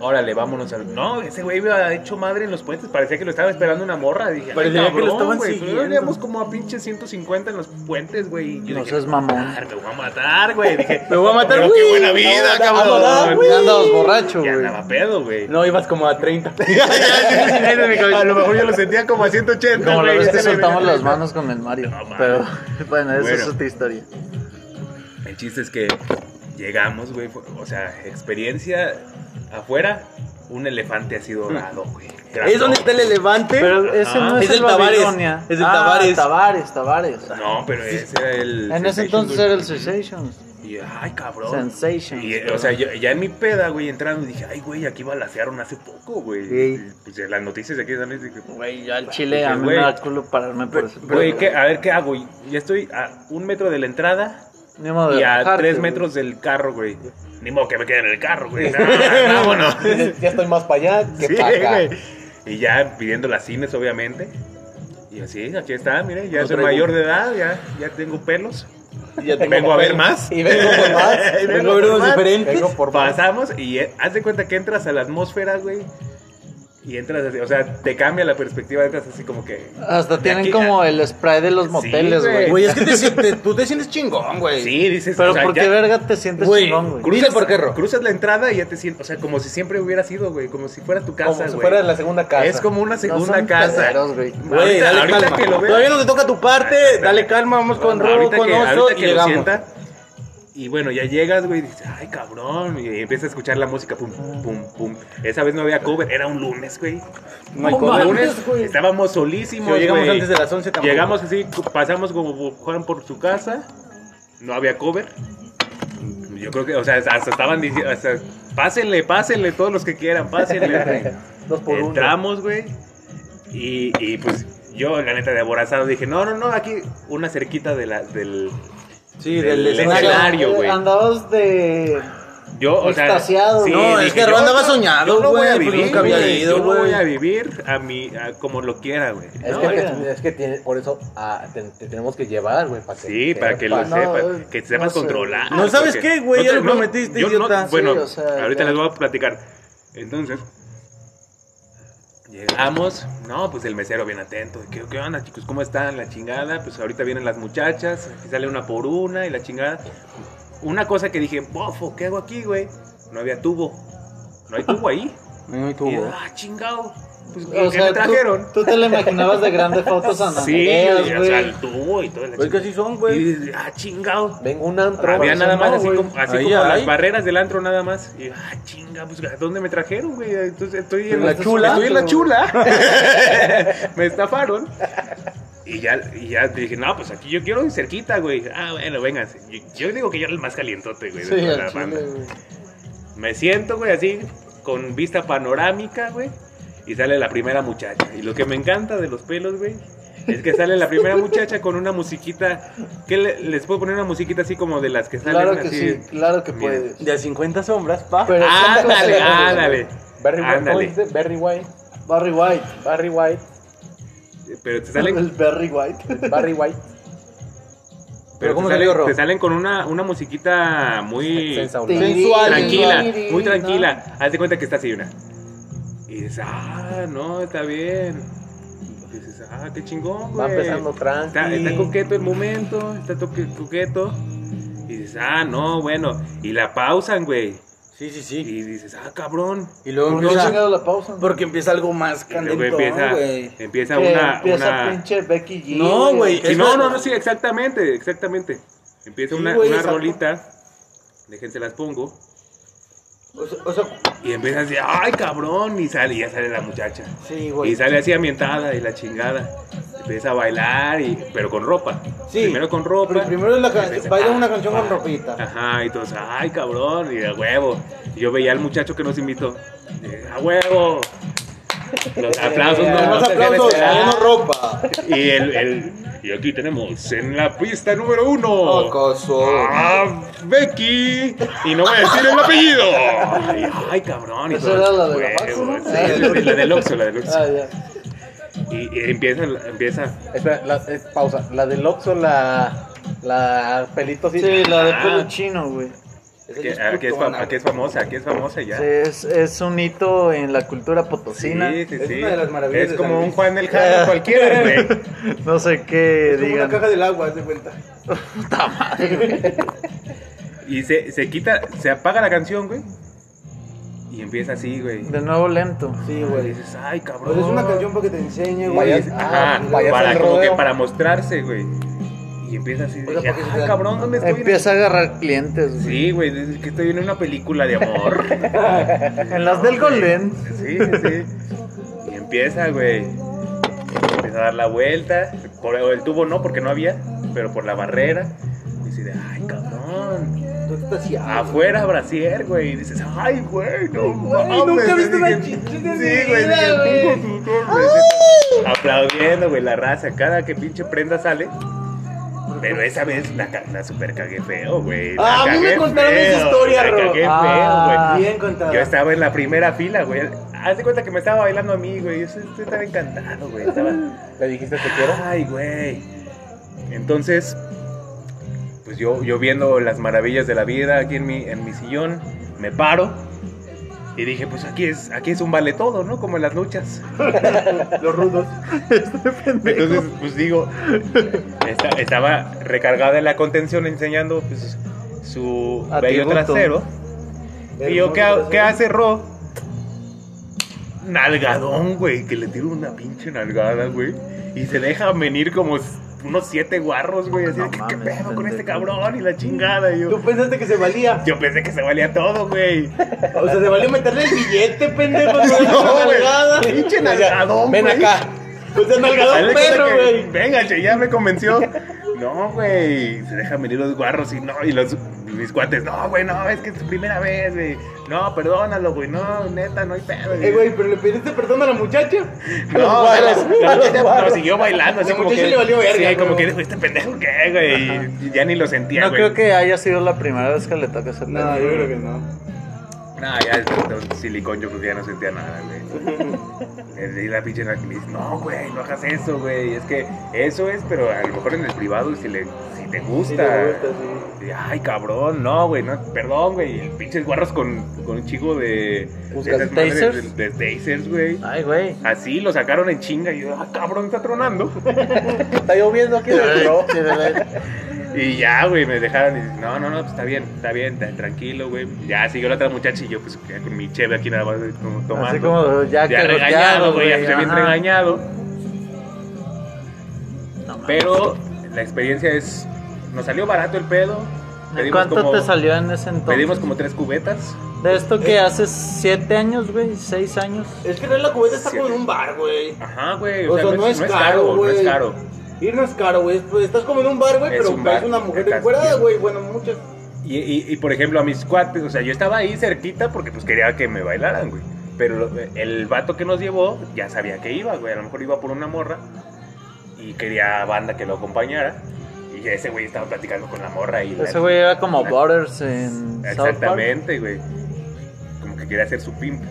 Speaker 3: Órale, vámonos al. No, ese güey iba hecho madre en los puentes. Parecía que lo estaba esperando una morra. Dije, ay,
Speaker 1: Parecía que lo
Speaker 3: cabrón,
Speaker 1: estaban
Speaker 3: güey, pero
Speaker 1: siguiendo.
Speaker 3: íbamos como a pinche 150 en los puentes, güey. Y yo
Speaker 2: No
Speaker 3: dije, "Ah,
Speaker 2: seas mamón.
Speaker 3: "Matar, me voy a matar, güey. Dije,
Speaker 1: Me voy a matar,
Speaker 3: pero
Speaker 1: güey.
Speaker 3: qué buena
Speaker 1: Me voy a
Speaker 3: vida,
Speaker 1: matar,
Speaker 3: cabrón.
Speaker 1: güey.
Speaker 2: Ya andabas borracho,
Speaker 3: Ya
Speaker 2: güey.
Speaker 3: andaba pedo, güey.
Speaker 1: No, ibas como a 30.
Speaker 3: a lo mejor yo lo sentía como a 180.
Speaker 2: Como la
Speaker 3: güey,
Speaker 2: vez
Speaker 3: ya
Speaker 2: que
Speaker 3: se me
Speaker 2: soltamos
Speaker 3: venía
Speaker 2: las
Speaker 3: atrás.
Speaker 2: manos con el Mario.
Speaker 3: No, mames.
Speaker 2: Pero bueno, esa es
Speaker 3: Bueno.
Speaker 2: otra historia.
Speaker 3: El chiste es que llegamos, güey. fue- O sea, experiencia afuera, un elefante así
Speaker 2: Mm.
Speaker 3: dorado, güey.
Speaker 1: ¿Es donde está el elefante?
Speaker 2: Pero ese no
Speaker 3: Ajá.
Speaker 2: es,
Speaker 1: Es el Tabárez,
Speaker 2: Babilonia.
Speaker 1: es el
Speaker 2: Ah,
Speaker 1: Tabárez.
Speaker 2: Tavares, Tavares.
Speaker 3: No, pero ese era Ah,
Speaker 2: En
Speaker 3: el.
Speaker 2: ese
Speaker 3: Sensations,
Speaker 2: entonces
Speaker 3: güey.
Speaker 2: era el Sensations.
Speaker 3: Y, ay, cabrón.
Speaker 2: Sensations.
Speaker 3: Y, eh, o sea, yo- ya en mi peda, güey, entrando, dije, ay, güey, aquí balasearon hace poco, güey.
Speaker 2: Sí.
Speaker 3: Y, Pues de las noticias de aquí también dije,
Speaker 2: Güey, ya el Chile
Speaker 3: Dije,
Speaker 2: a mí me
Speaker 3: güey.
Speaker 2: da culo pararme por eso.
Speaker 3: güey, ¿qué- a ver qué hago. Y Ya estoy a un metro de la entrada
Speaker 2: Ni modo de
Speaker 3: y a
Speaker 2: bajarte,
Speaker 3: tres
Speaker 2: güey.
Speaker 3: metros del carro, güey. Ni modo que me quede en el carro, güey. No, vámonos.
Speaker 4: Dices, Ya estoy más para allá que
Speaker 3: Sí,
Speaker 4: para acá.
Speaker 3: güey. Y ya pidiendo las cines, obviamente. Y así, aquí está, miren, ya
Speaker 1: No
Speaker 3: soy
Speaker 1: traigo.
Speaker 3: mayor de edad, ya, ya tengo pelos.
Speaker 1: Ya
Speaker 4: Tengo
Speaker 3: vengo a ver
Speaker 4: papel.
Speaker 3: más.
Speaker 4: Y vengo por más.
Speaker 3: Y
Speaker 1: Vengo a ver unos
Speaker 3: más.
Speaker 1: diferentes.
Speaker 4: Vengo por más.
Speaker 3: Pasamos y eh, haz de cuenta que entras a la atmósfera, güey. Y entras así, o sea, te cambia la perspectiva, entras así como que.
Speaker 2: Hasta
Speaker 3: de
Speaker 2: tienen
Speaker 3: aquí-
Speaker 2: como el spray de los
Speaker 3: Sí,
Speaker 2: moteles,
Speaker 3: güey.
Speaker 2: güey.
Speaker 1: Güey, es que te sientes- tú te sientes chingón, güey.
Speaker 3: Sí, dices.
Speaker 2: Pero
Speaker 3: o sea,
Speaker 2: ¿por qué
Speaker 3: ya
Speaker 2: verga te sientes
Speaker 1: Güey,
Speaker 2: chingón, güey?
Speaker 1: Dice por qué, Ro.
Speaker 3: Cruzas la entrada y ya te sientes, o sea, como si siempre hubiera sido, güey, como si fuera tu casa,
Speaker 4: Como si
Speaker 3: güey.
Speaker 4: fuera la segunda casa.
Speaker 3: Es como una
Speaker 2: No
Speaker 3: segunda
Speaker 2: son
Speaker 3: casa.
Speaker 2: pederos, güey.
Speaker 1: Güey,
Speaker 3: Ahorita-
Speaker 1: dale
Speaker 3: ahorita
Speaker 1: calma.
Speaker 3: que lo veo.
Speaker 1: Todavía no te toca tu parte,
Speaker 3: Ah, espera.
Speaker 1: dale calma, vamos con
Speaker 3: Bueno,
Speaker 1: Robo,
Speaker 3: ahorita
Speaker 1: con
Speaker 3: que-
Speaker 1: Oso
Speaker 3: ahorita
Speaker 1: y
Speaker 3: que lo
Speaker 1: llegamos.
Speaker 3: sienta, y bueno, ya llegas, güey, y dices, ay, cabrón, y empieza a escuchar la música, pum, pum, pum. Esa vez no había cover, era un lunes, güey.
Speaker 1: No hay
Speaker 2: No
Speaker 1: cover.
Speaker 2: Oh, mames,
Speaker 3: lunes,
Speaker 2: güey.
Speaker 3: estábamos solísimos,
Speaker 1: Si llegamos
Speaker 3: güey.
Speaker 1: antes de las 11 tampoco.
Speaker 3: Llegamos así, cu- pasamos como por- Juan por su casa, no había cover. Yo creo que, o sea, hasta estaban diciendo, hasta, pásenle, pásenle, todos los que quieran, pásenle, güey.
Speaker 4: Dos por uno.
Speaker 3: Entramos, güey. Y, y, pues yo, la neta, de aborazado dije, no, no, no, aquí una cerquita de la, del...
Speaker 1: Sí,
Speaker 3: del
Speaker 1: del
Speaker 3: escenario.
Speaker 1: escenario.
Speaker 3: escenario, güey.
Speaker 2: eh, Andabas de...
Speaker 3: Yo, o sea,
Speaker 2: Extasiado.
Speaker 1: No, es
Speaker 3: dije,
Speaker 1: que
Speaker 3: yo
Speaker 1: Ron andaba
Speaker 3: no-
Speaker 1: soñado,
Speaker 3: yo no voy a
Speaker 1: güey, pues
Speaker 3: vivir,
Speaker 1: nunca había
Speaker 3: güey,
Speaker 1: ido,
Speaker 3: Yo no voy
Speaker 1: güey.
Speaker 3: a vivir a mi, a como lo quiera, güey.
Speaker 4: Es
Speaker 3: No,
Speaker 4: que,
Speaker 3: güey,
Speaker 4: te- es que tiene, por eso ah, te, te tenemos que llevar, güey. para
Speaker 3: Sí, para que lo
Speaker 4: sepas.
Speaker 2: no,
Speaker 3: sepas, que
Speaker 2: no
Speaker 3: sepas
Speaker 2: sé.
Speaker 3: controlar.
Speaker 1: No, ¿sabes
Speaker 3: porque-
Speaker 1: qué, güey?
Speaker 3: no
Speaker 1: Ya
Speaker 3: te-
Speaker 1: lo
Speaker 3: no,
Speaker 1: prometiste,
Speaker 3: yo no-
Speaker 1: idiota.
Speaker 3: Bueno,
Speaker 2: Sí, o sea,
Speaker 3: ahorita
Speaker 2: ya.
Speaker 3: les voy a platicar. Entonces, llegamos. No, pues el mesero bien atento. ¿Qué, qué onda, chicos? ¿Cómo están? La chingada. Pues ahorita vienen las muchachas. Aquí sale una por una y la chingada. Una cosa que dije, bofo, ¿qué hago aquí, güey? No había tubo. No hay tubo ahí.
Speaker 1: No hay
Speaker 3: Y yo,
Speaker 1: tubo.
Speaker 3: ah, chingado. Pues,
Speaker 2: O
Speaker 3: ¿qué
Speaker 2: sea,
Speaker 3: me
Speaker 2: tú-
Speaker 3: trajeron?
Speaker 2: Tú, te lo imaginabas de grandes fotos San
Speaker 3: Sí,
Speaker 2: Andreas,
Speaker 3: o sea,
Speaker 2: güey. Pues
Speaker 3: el tubo y todo. la
Speaker 1: Pues Es que así son, güey.
Speaker 3: y, ah, chingado.
Speaker 4: Vengo un antro.
Speaker 3: Había
Speaker 4: güey,
Speaker 3: nada
Speaker 4: no,
Speaker 3: más así
Speaker 4: güey.
Speaker 3: como, así
Speaker 1: Ahí
Speaker 3: como
Speaker 1: hay.
Speaker 3: las barreras del antro nada más. Y ah, chinga, pues ¿a dónde me trajeron, güey? Entonces estoy en
Speaker 1: ¿En la chula?
Speaker 3: Estoy en la chula. me estafaron. Y ya, y ya dije, no, pues aquí yo quiero ir cerquita, güey. Ah, bueno, vénganse. Yo, yo digo que yo era el más calientote, güey,
Speaker 2: Sí,
Speaker 3: dentro de
Speaker 2: al
Speaker 3: la banda.
Speaker 2: chile, güey.
Speaker 3: Me siento, güey, así, con vista panorámica, güey. Y sale la primera muchacha. Y lo que me encanta de los pelos, güey, es que sale la primera muchacha con una musiquita. ¿Qué le- les puedo poner una musiquita así como de las que salen
Speaker 2: Claro que
Speaker 3: así?
Speaker 2: sí, claro que
Speaker 3: Mira.
Speaker 2: puedes.
Speaker 1: De a 50 sombras, pa.
Speaker 2: Pero-
Speaker 3: Ándale,
Speaker 2: Pero-
Speaker 3: ándale.
Speaker 4: Barry White. ¿cómo
Speaker 3: Ándale.
Speaker 4: dice? Barry White.
Speaker 2: Barry White.
Speaker 4: Barry White.
Speaker 3: Pero te salen,
Speaker 2: El Barry White.
Speaker 4: Barry White.
Speaker 3: pero
Speaker 1: ¿cómo
Speaker 3: te
Speaker 1: salió,
Speaker 3: salen,
Speaker 1: Ro?
Speaker 3: te salen con una, una musiquita muy
Speaker 4: Sensacional.
Speaker 2: Sensual.
Speaker 3: tranquila,
Speaker 2: Tiri,
Speaker 3: muy
Speaker 2: ¿no?
Speaker 3: tranquila. Haz de cuenta que está así una. Y dices, ah, no, está bien. Y dices, ah, qué chingón, güey.
Speaker 4: Va empezando tranqui.
Speaker 3: Está, está coqueto el momento, está toque- coqueto. Y dices, ah, no, bueno. Y la pausan, güey.
Speaker 1: Sí, sí,
Speaker 3: Y
Speaker 1: sí.
Speaker 3: dices, ah, cabrón.
Speaker 1: Y luego
Speaker 2: No he
Speaker 1: empieza,
Speaker 2: llegado la pausa.
Speaker 1: porque empieza algo más
Speaker 3: Y luego
Speaker 1: candente,
Speaker 3: empieza,
Speaker 1: güey.
Speaker 3: empieza
Speaker 2: Que
Speaker 3: una.
Speaker 2: empieza
Speaker 3: una...
Speaker 2: pinche Becky G.
Speaker 1: No, güey.
Speaker 3: Sí,
Speaker 1: Es
Speaker 3: no,
Speaker 1: la-
Speaker 3: no, no, sí, exactamente, exactamente. Empieza
Speaker 1: Sí,
Speaker 3: una,
Speaker 1: güey,
Speaker 3: una
Speaker 1: exacto.
Speaker 3: rolita, déjense las pongo,
Speaker 1: O sea, o sea,
Speaker 3: y empieza así, ay cabrón, y sale, y ya sale la muchacha.
Speaker 1: sí, güey.
Speaker 3: Y sale así ambientada y la chingada. Empieza a bailar, y, pero con ropa.
Speaker 1: Sí.
Speaker 3: Primero con ropa.
Speaker 1: Pero primero la can-
Speaker 3: Empieza,
Speaker 1: baila
Speaker 3: ah,
Speaker 1: una canción
Speaker 3: ah.
Speaker 1: con ropita.
Speaker 3: Ajá, y todos, ay cabrón, y a huevo. Y yo veía al muchacho que nos invitó, y, a huevo. Los aplausos, no, no
Speaker 1: Además,
Speaker 3: se deben
Speaker 1: aplausos,
Speaker 3: esperar.
Speaker 1: Ah, no ropa.
Speaker 3: Y el, el- y aquí tenemos en la pista número uno.
Speaker 1: Oh. Acoso.
Speaker 3: a Becky. Y no voy a decir el apellido. Ay, ay, cabrón. y
Speaker 2: Esa
Speaker 3: todo,
Speaker 2: era la de la
Speaker 3: huevo,
Speaker 2: Paxo,
Speaker 3: sí,
Speaker 2: ¿no?
Speaker 3: la- la del Oxxo, la del Oxxo.
Speaker 2: Ah, ya.
Speaker 3: Y, y empieza, la- empieza.
Speaker 4: Espera, la- eh, pausa. La del Oxxo, la. La pelito así.
Speaker 2: Sí, la de
Speaker 3: Ah.
Speaker 2: pelo chino, güey.
Speaker 3: Que, aquí, es, fam- aquí es famosa, aquí es famosa ya.
Speaker 2: Sí, Es, es un hito en la cultura potosina.
Speaker 3: sí, sí.
Speaker 1: Es
Speaker 3: sí.
Speaker 1: una de las maravillas
Speaker 3: Es
Speaker 1: de
Speaker 3: como
Speaker 1: San
Speaker 3: un
Speaker 1: Luis.
Speaker 3: Juan del Jaro cualquiera, güey.
Speaker 2: No sé qué
Speaker 1: Es como una
Speaker 2: digan.
Speaker 1: caja del agua, haz de cuenta.
Speaker 3: Y se, se quita, se apaga la canción, güey. Y empieza así, güey.
Speaker 2: De nuevo lento.
Speaker 1: Sí,
Speaker 3: Y
Speaker 1: güey.
Speaker 3: dices, ay,
Speaker 1: Pues
Speaker 3: cabrón.
Speaker 1: es una canción para que te enseñe,
Speaker 3: Y
Speaker 1: güey.
Speaker 3: es-
Speaker 1: Ah,
Speaker 3: ajá,
Speaker 1: vaya-
Speaker 4: vaya-
Speaker 3: para
Speaker 4: al
Speaker 3: como que
Speaker 4: rodeo.
Speaker 3: para mostrarse, güey. Y empieza así,
Speaker 1: Oiga,
Speaker 3: dije,
Speaker 1: ¿por qué
Speaker 3: "Ah,
Speaker 1: se-
Speaker 3: cabrón, ¿dónde estoy?
Speaker 2: Empieza a agarrar clientes, güey.
Speaker 3: Sí, güey, es que estoy en una película de amor.
Speaker 2: En las del Golden.
Speaker 3: Sí, sí, sí. Y empieza, güey. Empieza a dar la vuelta. Por el tubo no, porque no había, pero por la barrera. Y dice, ay, cabrón.
Speaker 1: tú extasiado.
Speaker 3: Afuera, brasier, güey. Y dices, ay, güey, no
Speaker 1: Güey,
Speaker 3: mames".
Speaker 1: nunca he visto
Speaker 3: Dije,
Speaker 1: una chichona en mi
Speaker 3: Sí, güey,
Speaker 1: vida,
Speaker 3: dije,
Speaker 1: güey.
Speaker 3: "Tengo sus hombres". Aplaudiendo, güey, la raza. Cada que pinche prenda sale. Pero esa vez la, ca- la super cagué feo, güey. La
Speaker 1: Ah, a mí me
Speaker 3: cagué
Speaker 1: contaron esa historia,
Speaker 3: La
Speaker 1: Ro.
Speaker 3: cagué feo,
Speaker 2: Ah.
Speaker 3: güey.
Speaker 1: Bien contada.
Speaker 3: Yo estaba en la primera fila, güey. Haz de cuenta que me estaba bailando a mí, güey. Yo estoy- estoy tan encantado, güey. Estaba.
Speaker 4: Le dijiste te quiero.
Speaker 3: Ay, güey. Entonces, pues yo, yo viendo las maravillas de la vida aquí en mi, en mi sillón, me paro. Y dije, pues aquí es, aquí es un vale todo, ¿no? Como en las luchas. Este
Speaker 1: Los rudos.
Speaker 3: Entonces, pues digo, esta- estaba recargada en la contención enseñando pues, su bello
Speaker 2: Atributo.
Speaker 3: trasero. Y yo, ¿qué, ha- qué hace Ro? Nalgadón, güey, que le tiro una pinche nalgada, güey. Y se deja venir como s- unos siete guarros, güey. Así
Speaker 2: No
Speaker 3: de que, ¿qué
Speaker 2: mames,
Speaker 3: pedo con este
Speaker 2: pendejo.
Speaker 3: cabrón? Y la chingada. Y yo,
Speaker 1: Tú pensaste que se valía.
Speaker 3: yo pensé que se valía todo, güey.
Speaker 1: O sea, se valió meterle el billete, pendejo.
Speaker 3: No, güey.
Speaker 1: nalgada.
Speaker 3: Pinche
Speaker 1: O sea,
Speaker 3: nalgadón,
Speaker 1: Ven
Speaker 3: güey.
Speaker 1: acá. O sea,
Speaker 3: Dale
Speaker 1: Pues nalgadón
Speaker 3: cuenta
Speaker 1: perro,
Speaker 3: que-
Speaker 1: güey.
Speaker 3: Venga, che, ya me convenció. No, güey. Se dejan venir los guarros y no, y los mis cuates, no, güey, no, es que es tu primera vez, güey. No, perdónalo, güey, no, neta, no hay pedo.
Speaker 1: Eh, güey, pero le pediste perdón a la muchacha.
Speaker 3: No,
Speaker 1: A los guarros,
Speaker 3: la- la
Speaker 1: a los
Speaker 3: muchacha
Speaker 1: guarros.
Speaker 3: no, siguió bailando, así
Speaker 1: La
Speaker 3: como
Speaker 1: muchacha
Speaker 3: que.
Speaker 1: le valió verga,
Speaker 3: sí, como
Speaker 1: güey.
Speaker 3: que dijo, este pendejo qué, güey. Y ya ni lo sentía,
Speaker 2: No
Speaker 3: güey.
Speaker 2: creo que haya sido la primera vez que le toca ese
Speaker 1: No,
Speaker 2: pedo.
Speaker 1: yo creo que no.
Speaker 3: No, ya el doctor silicón yo creo que ya no sentía nada, güey. Le di la pinche nalga y me dice, no, güey, no hagas eso, güey. Es que eso es, pero a lo mejor en el privado si, le, si te gusta.
Speaker 1: Sí, te gusta, sí.
Speaker 3: Y, Ay, cabrón, no, güey, no, perdón, güey. El pinches guarros con, con un chico de.
Speaker 2: ¿Buscas
Speaker 3: de esas madres
Speaker 2: tasers?
Speaker 3: De, de tasers, güey.
Speaker 2: Ay, güey.
Speaker 3: Así lo sacaron en chinga y yo, ah, cabrón, está tronando.
Speaker 4: Está lloviendo aquí dentro.
Speaker 3: Y ya, güey, me dejaron y dije, no, no, no, pues está bien, está bien, está tranquilo, güey. Ya siguió la otra muchacha y yo, pues ya con mi cheve aquí nada más como tomando.
Speaker 2: Así como "Ah, ya,
Speaker 3: ya
Speaker 2: cagoteado,
Speaker 3: regañado, güey, ya se bien
Speaker 2: ajá.
Speaker 3: regañado. Pero la experiencia es, nos salió barato el pedo.
Speaker 2: ¿En
Speaker 3: Pedimos
Speaker 2: ¿Cuánto
Speaker 3: como-
Speaker 2: te salió en ese entonces?
Speaker 3: Pedimos como Eh. tres cubetas.
Speaker 2: De esto que hace siete años, güey, seis años.
Speaker 1: Es que la cubeta está
Speaker 3: Sí.
Speaker 1: como en un bar, güey.
Speaker 3: Ajá, güey.
Speaker 1: O sea, no es caro,
Speaker 3: No
Speaker 1: güey.
Speaker 3: es caro.
Speaker 1: Ir no es caro, güey. Pues, Estás como en un bar, güey,
Speaker 3: Es
Speaker 1: pero
Speaker 3: un
Speaker 1: parece
Speaker 3: bar.
Speaker 1: una mujer
Speaker 3: Estás
Speaker 1: encuerada,
Speaker 3: bien.
Speaker 1: güey. Bueno, muchas.
Speaker 3: Y, y- y, por ejemplo, a mis cuates, o sea, yo estaba ahí cerquita porque pues quería que me bailaran, güey. Pero el vato que nos llevó ya sabía que iba, güey. A lo mejor iba por una morra y quería banda que lo acompañara. Y ese güey estaba platicando con la morra y... la-
Speaker 2: Ese güey era como Butters en South Park.
Speaker 3: Exactamente, güey. Como que quería hacer su pimp.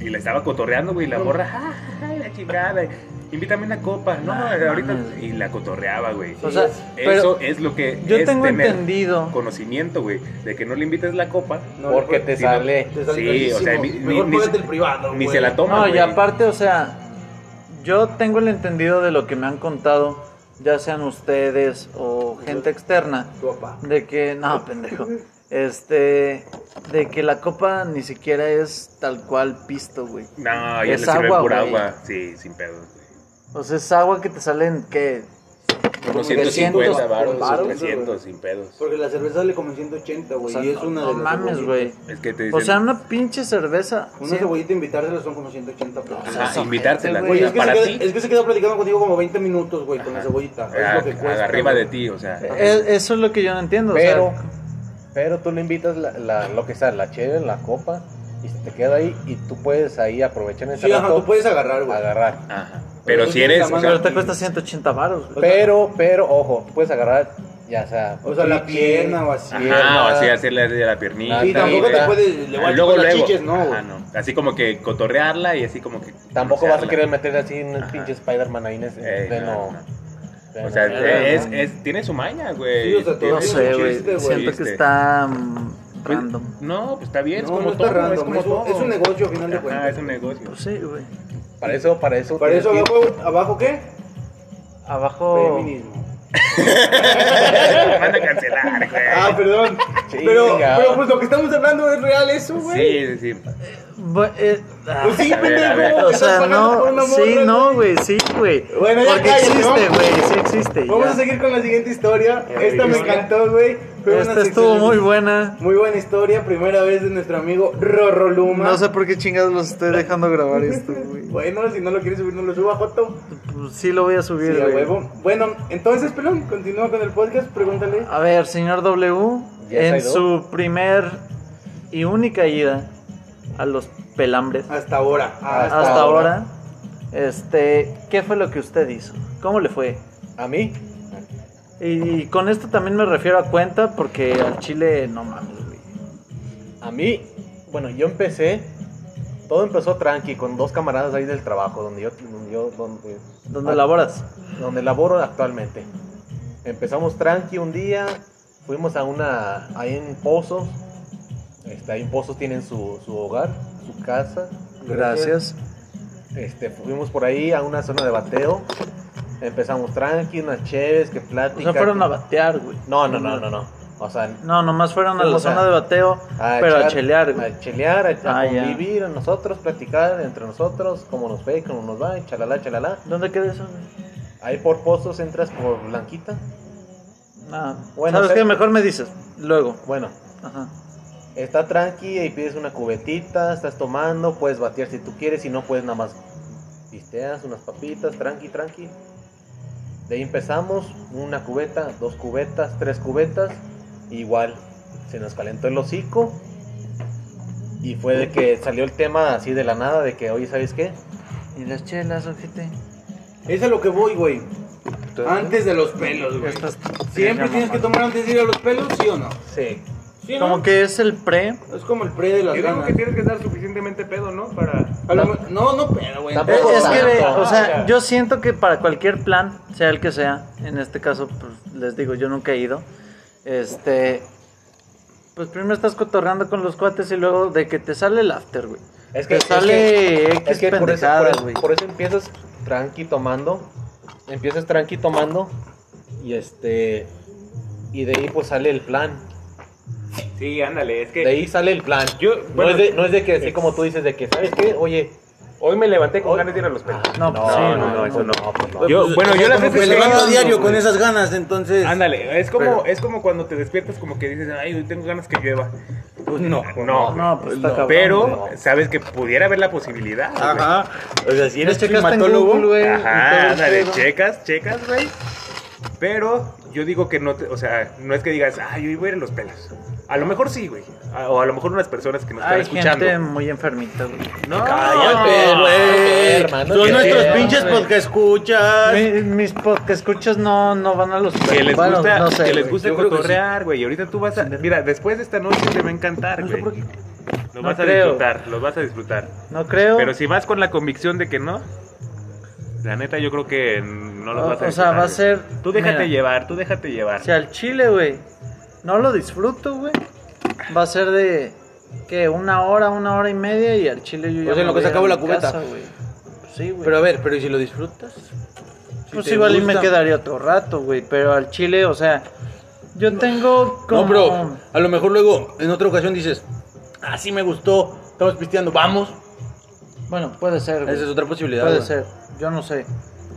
Speaker 3: Y la estaba cotorreando, güey, y la morra, "Ja, ja, ja, la chingada. Invítame una copa, no,
Speaker 2: Ah,
Speaker 3: ahorita.
Speaker 2: mames.
Speaker 3: Y la cotorreaba, güey.
Speaker 2: O sea,
Speaker 3: Eso
Speaker 2: pero
Speaker 3: es lo que
Speaker 2: yo
Speaker 3: es
Speaker 2: tengo
Speaker 3: tener
Speaker 2: entendido.
Speaker 3: conocimiento, güey, de que no le invites la copa,
Speaker 1: No,
Speaker 4: porque te
Speaker 3: Sí, no.
Speaker 4: sale.
Speaker 1: Te sale
Speaker 3: Sí,
Speaker 1: carísimo.
Speaker 3: o sea, ni-
Speaker 1: Mejor
Speaker 3: ni- ni-
Speaker 1: págate el privado,
Speaker 3: ni
Speaker 1: güey.
Speaker 3: se la toma,
Speaker 2: No,
Speaker 3: güey.
Speaker 2: y aparte, o sea, yo tengo el entendido de lo que me han contado, ya sean ustedes o gente externa,
Speaker 1: Tu papá.
Speaker 2: de que, no, pendejo, este, de que la copa ni siquiera es tal cual pisto, güey.
Speaker 3: No, ya
Speaker 2: Es
Speaker 3: le sirven
Speaker 2: agua,
Speaker 3: pura
Speaker 2: güey.
Speaker 3: agua. Sí, sin pedo. güey.
Speaker 2: O sea, es agua que te salen, ¿qué?
Speaker 3: Unos 150
Speaker 6: 300
Speaker 3: baros,
Speaker 6: varos,
Speaker 3: 300, sin pedos.
Speaker 1: Porque la cerveza le como en 180, güey.
Speaker 2: O sea,
Speaker 1: y es
Speaker 2: no,
Speaker 1: una
Speaker 2: no
Speaker 1: de las
Speaker 2: mames,
Speaker 1: cebollita.
Speaker 2: güey.
Speaker 3: Es que te dicen.
Speaker 2: O sea, una pinche cerveza.
Speaker 1: Una
Speaker 2: sí.
Speaker 1: cebollita invitársela son como 180 pesos.
Speaker 3: Ajá, invitártela,
Speaker 1: Güey, es, que se
Speaker 3: para
Speaker 1: queda,
Speaker 3: ti.
Speaker 1: es que se queda platicando contigo como 20 minutos, güey, con la
Speaker 3: Ajá.
Speaker 1: cebollita.
Speaker 3: Ah,
Speaker 1: Es lo que cuesta.
Speaker 3: arriba
Speaker 1: güey.
Speaker 3: de ti, o sea.
Speaker 2: Es- Eh, eso es lo que yo no entiendo. o sea,
Speaker 4: Pero, pero tú le invitas la, la- lo que sea, la cheve, la copa, y se te queda ahí y tú puedes ahí aprovechar en ese
Speaker 1: Sí, ajá,
Speaker 4: rato
Speaker 1: tú puedes agarrar, güey.
Speaker 4: agarrar.
Speaker 3: Ajá.
Speaker 1: Pero
Speaker 3: Pero
Speaker 1: tú
Speaker 3: si
Speaker 1: tienes
Speaker 3: eres.
Speaker 1: la
Speaker 3: o
Speaker 1: mano
Speaker 3: sea,
Speaker 2: pero te cuesta 180 varos, güey.
Speaker 4: Pero, pero, ojo, tú puedes agarrar, ya sea.
Speaker 1: O sea, la
Speaker 4: chichi,
Speaker 1: pierna o así.
Speaker 3: Ajá, o así hacerle de la piernita.
Speaker 1: Sí, tampoco
Speaker 3: güey.
Speaker 1: te puedes- le voy a
Speaker 3: Ah, luego,
Speaker 1: chupar las
Speaker 3: luego.
Speaker 1: chiches, no,
Speaker 3: Ajá,
Speaker 1: güey.
Speaker 3: no. Así como que cotorrearla y así como que.
Speaker 4: Tampoco vas a
Speaker 3: conocerla.
Speaker 4: querer meter así un
Speaker 3: Ajá.
Speaker 4: pinche Spider-Man ahí en ese.
Speaker 3: Ey,
Speaker 4: de
Speaker 3: no,
Speaker 4: no,
Speaker 3: no.
Speaker 4: de
Speaker 3: O
Speaker 4: no.
Speaker 3: sea, e,
Speaker 2: no,
Speaker 3: es,
Speaker 1: no.
Speaker 3: es- tiene su maña, güey.
Speaker 1: Sí, o sea,
Speaker 3: Tiene
Speaker 2: No
Speaker 1: es
Speaker 3: su
Speaker 2: sé, güey.
Speaker 1: chiste, güey.
Speaker 2: Siento que
Speaker 3: Chiste.
Speaker 2: está mm, random.
Speaker 3: No, pues está bien, es
Speaker 1: No,
Speaker 3: como
Speaker 1: no está
Speaker 3: todo,
Speaker 1: random,
Speaker 3: es como
Speaker 1: es un-
Speaker 3: todo.
Speaker 1: es un negocio, a final de
Speaker 3: Ajá,
Speaker 1: cuentas.
Speaker 3: es un negocio.
Speaker 2: Pues sí, güey.
Speaker 4: Para eso, para eso.
Speaker 1: Para eso
Speaker 4: tienes que ir-
Speaker 1: abajo, ¿abajo qué?
Speaker 3: Oh.
Speaker 2: Abajo.
Speaker 1: Feminismo.
Speaker 3: Me van a cancelar, güey.
Speaker 1: Ah, perdón. pero,
Speaker 4: Chinga.
Speaker 1: pero pues lo que estamos hablando es real eso, güey.
Speaker 3: sí, sí, sí.
Speaker 2: Bu- eh, ah,
Speaker 1: Pues sí,
Speaker 3: A ver, a
Speaker 1: pendejo.
Speaker 3: ver.
Speaker 2: o
Speaker 1: estás
Speaker 2: sea,
Speaker 1: pagando por
Speaker 2: no.
Speaker 1: una
Speaker 2: Sí,
Speaker 1: morra,
Speaker 2: no, güey. Sí, güey.
Speaker 1: Bueno, ya
Speaker 2: Porque
Speaker 1: cállate,
Speaker 2: existe,
Speaker 1: ¿no?
Speaker 2: güey. Sí existe.
Speaker 1: Vamos
Speaker 2: ya.
Speaker 1: a seguir con la siguiente historia.
Speaker 3: Ya,
Speaker 1: Esta me
Speaker 3: ya.
Speaker 1: encantó, güey. Fue una
Speaker 2: Esta estuvo
Speaker 1: sección-
Speaker 2: muy buena.
Speaker 1: Muy buena historia, primera vez de nuestro amigo Rorro Luma.
Speaker 2: No sé por qué chingados los estoy dejando grabar esto, güey.
Speaker 1: Bueno, si no lo quieres subir, no lo suba, Joto.
Speaker 2: Pues sí lo voy a subir,
Speaker 1: Sí, a
Speaker 2: güey.
Speaker 1: huevo. Bueno, entonces, pelón, continúa con el podcast, pregúntale.
Speaker 2: A ver, señor W,
Speaker 4: Yes, I
Speaker 2: en
Speaker 4: do.
Speaker 2: su primer y única ida a los pelambres
Speaker 1: Hasta ahora.
Speaker 2: hasta, ahora, este, ¿qué fue lo que usted hizo? ¿Cómo le fue?
Speaker 4: A mí.
Speaker 2: Y, con esto también me refiero a cuenta porque al chile no mames, güey.
Speaker 4: A mí, bueno, yo empecé, todo empezó tranqui con dos camaradas ahí del trabajo, donde yo, donde yo, donde,
Speaker 2: ¿Dónde
Speaker 4: Ah.
Speaker 2: laboras?
Speaker 4: donde laboro actualmente. Empezamos tranqui un día, fuimos a una, ahí en Pozos, este, ahí en Pozos tienen su, su hogar, su casa.
Speaker 2: Gracias.
Speaker 4: Este, fuimos por ahí a una zona de bateo, empezamos tranqui, unas chéves, que
Speaker 2: O
Speaker 4: plática.
Speaker 2: sea, fueron
Speaker 4: que-
Speaker 2: a batear, güey.
Speaker 4: No, no, no, no, no, o sea...
Speaker 2: No, nomás fueron a la
Speaker 4: Fuimos a-
Speaker 2: zona de bateo,
Speaker 4: a
Speaker 2: pero a
Speaker 4: echar-
Speaker 2: chelear, güey.
Speaker 4: A chelear, a, a
Speaker 2: Ah, ya.
Speaker 4: convivir a nosotros, platicar entre nosotros, cómo nos ve, cómo nos va, y chalala, chalala.
Speaker 2: ¿Dónde queda eso, güey?
Speaker 4: Ahí por pozos entras por Blanquita.
Speaker 2: Nada.
Speaker 4: Bueno,
Speaker 2: ¿Sabes
Speaker 4: se-
Speaker 2: qué? Mejor me dices. Luego.
Speaker 4: Bueno,
Speaker 2: Ajá.
Speaker 4: está tranqui y pides una cubetita, estás tomando, puedes batear si tú quieres, si no puedes nada más pisteas unas papitas, tranqui, tranqui. De ahí empezamos, una cubeta, dos cubetas, tres cubetas, igual se nos calentó el hocico y fue de que salió el tema así de la nada de que, oye, ¿sabes qué?
Speaker 2: Y las chelas, ojete.
Speaker 1: Es a lo que voy, güey. Antes de los pelos, güey.
Speaker 2: Estas-
Speaker 1: Siempre tienes que tomar antes de ir a los pelos, ¿sí o no?
Speaker 4: Sí,
Speaker 1: Sí, ¿no?
Speaker 2: Como que es el pre.
Speaker 1: Es como el pre de las
Speaker 3: Yo digo
Speaker 1: ganas.
Speaker 3: que tienes que estar suficientemente pedo, ¿no? Para.
Speaker 1: A lo me- No, no, pero, güey.
Speaker 2: Es,
Speaker 4: Tampoco
Speaker 2: es que, ve,
Speaker 4: tanto.
Speaker 2: o sea, yo siento que para cualquier plan, sea el que sea, en este caso, pues, les digo, yo nunca he ido. Este. Pues primero estás cotorreando con los cuates y luego de que te sale el after, güey.
Speaker 4: Es que
Speaker 2: te sale X
Speaker 4: Es que por eso, por,
Speaker 2: pendejadas,
Speaker 4: eso-
Speaker 2: güey.
Speaker 4: por eso empiezas tranqui tomando. Empiezas tranqui tomando. Y este. Y de ahí pues sale el plan.
Speaker 3: Sí, ándale, es que.
Speaker 4: De ahí sale el plan.
Speaker 3: Yo-
Speaker 4: no,
Speaker 3: bueno,
Speaker 4: es de, no es de que así
Speaker 3: es-
Speaker 4: como tú dices, de que, ¿sabes qué? Oye.
Speaker 3: Hoy me levanté con ganas de ir a los pelos.
Speaker 2: No, pues, sí, Pues, no, no,
Speaker 4: eso no. pues no.
Speaker 3: Yo, bueno, yo las
Speaker 1: Como que
Speaker 3: veces que he
Speaker 1: le
Speaker 3: ido-
Speaker 1: gano diario con esas ganas, entonces.
Speaker 3: Ándale, es como,
Speaker 2: Pero-
Speaker 3: es como cuando te despiertas como que dices, ay, hoy tengo ganas que llueva.
Speaker 1: Pues no.
Speaker 3: No,
Speaker 2: No, pues está cabrón. güey.
Speaker 3: pero sabes que pudiera haber la posibilidad. güey.
Speaker 1: Ajá.
Speaker 4: O sea, si
Speaker 2: Ya
Speaker 4: eres
Speaker 2: checaste en
Speaker 4: climatólogo,
Speaker 2: Google, güey, y todo el
Speaker 3: Ajá, ándale,
Speaker 2: pedo.
Speaker 3: checas, checas, güey. Pero yo digo que no, te- o sea, no es que digas, ay, hoy voy a ir a los pelos. A lo mejor sí, güey. A- O a lo mejor unas personas que nos están
Speaker 2: Hay
Speaker 3: escuchando.
Speaker 2: gente muy enfermita, güey.
Speaker 3: No,
Speaker 1: Cállate, güey.
Speaker 4: hermano,
Speaker 1: Son
Speaker 4: que
Speaker 1: nuestros
Speaker 2: sea,
Speaker 1: pinches
Speaker 2: güey.
Speaker 1: podcast escuchas.
Speaker 2: Mi- mis podcasts escuchas no, no van a los
Speaker 3: Que les
Speaker 2: bueno,
Speaker 3: gusta,
Speaker 2: no sé,
Speaker 3: que les
Speaker 2: güey.
Speaker 3: gusta
Speaker 1: Yo creo que
Speaker 3: cotorrear, güey. Y ahorita tú vas a. Mira, después de esta noche te va a encantar,
Speaker 2: No sé
Speaker 3: güey.
Speaker 2: por qué.
Speaker 3: Lo
Speaker 2: No
Speaker 3: vas a
Speaker 2: creo.
Speaker 3: disfrutar, lo vas a disfrutar.
Speaker 2: No creo.
Speaker 3: Pero si vas con la convicción de que no, la neta yo creo que no lo
Speaker 2: O-
Speaker 3: vas a
Speaker 2: o sea,
Speaker 3: disfrutar,
Speaker 2: va a
Speaker 3: güey.
Speaker 2: ser-
Speaker 3: Tú déjate
Speaker 2: mira.
Speaker 3: llevar, tú déjate llevar.
Speaker 2: Si al chile, güey, no lo disfruto, güey, va a ser de, ¿qué? Una hora, una hora y media y al chile yo ya
Speaker 1: O sea, en
Speaker 2: me
Speaker 1: lo que
Speaker 2: voy
Speaker 1: se
Speaker 2: a
Speaker 1: acabó
Speaker 2: mi
Speaker 1: la cubeta.
Speaker 2: casa, güey. Pues Sí, güey.
Speaker 1: Pero a ver, pero ¿y si lo disfrutas?
Speaker 2: pues
Speaker 1: te
Speaker 2: igual y
Speaker 1: gusta.
Speaker 2: me quedaría otro rato, güey, pero al chile, o sea, yo tengo como...
Speaker 1: No, bro. A lo mejor luego, en otra ocasión dices, así me gustó, estamos pisteando, vamos.
Speaker 2: Bueno, puede ser, güey.
Speaker 1: Esa es otra posibilidad.
Speaker 2: Puede
Speaker 1: güey.
Speaker 2: ser, yo no sé.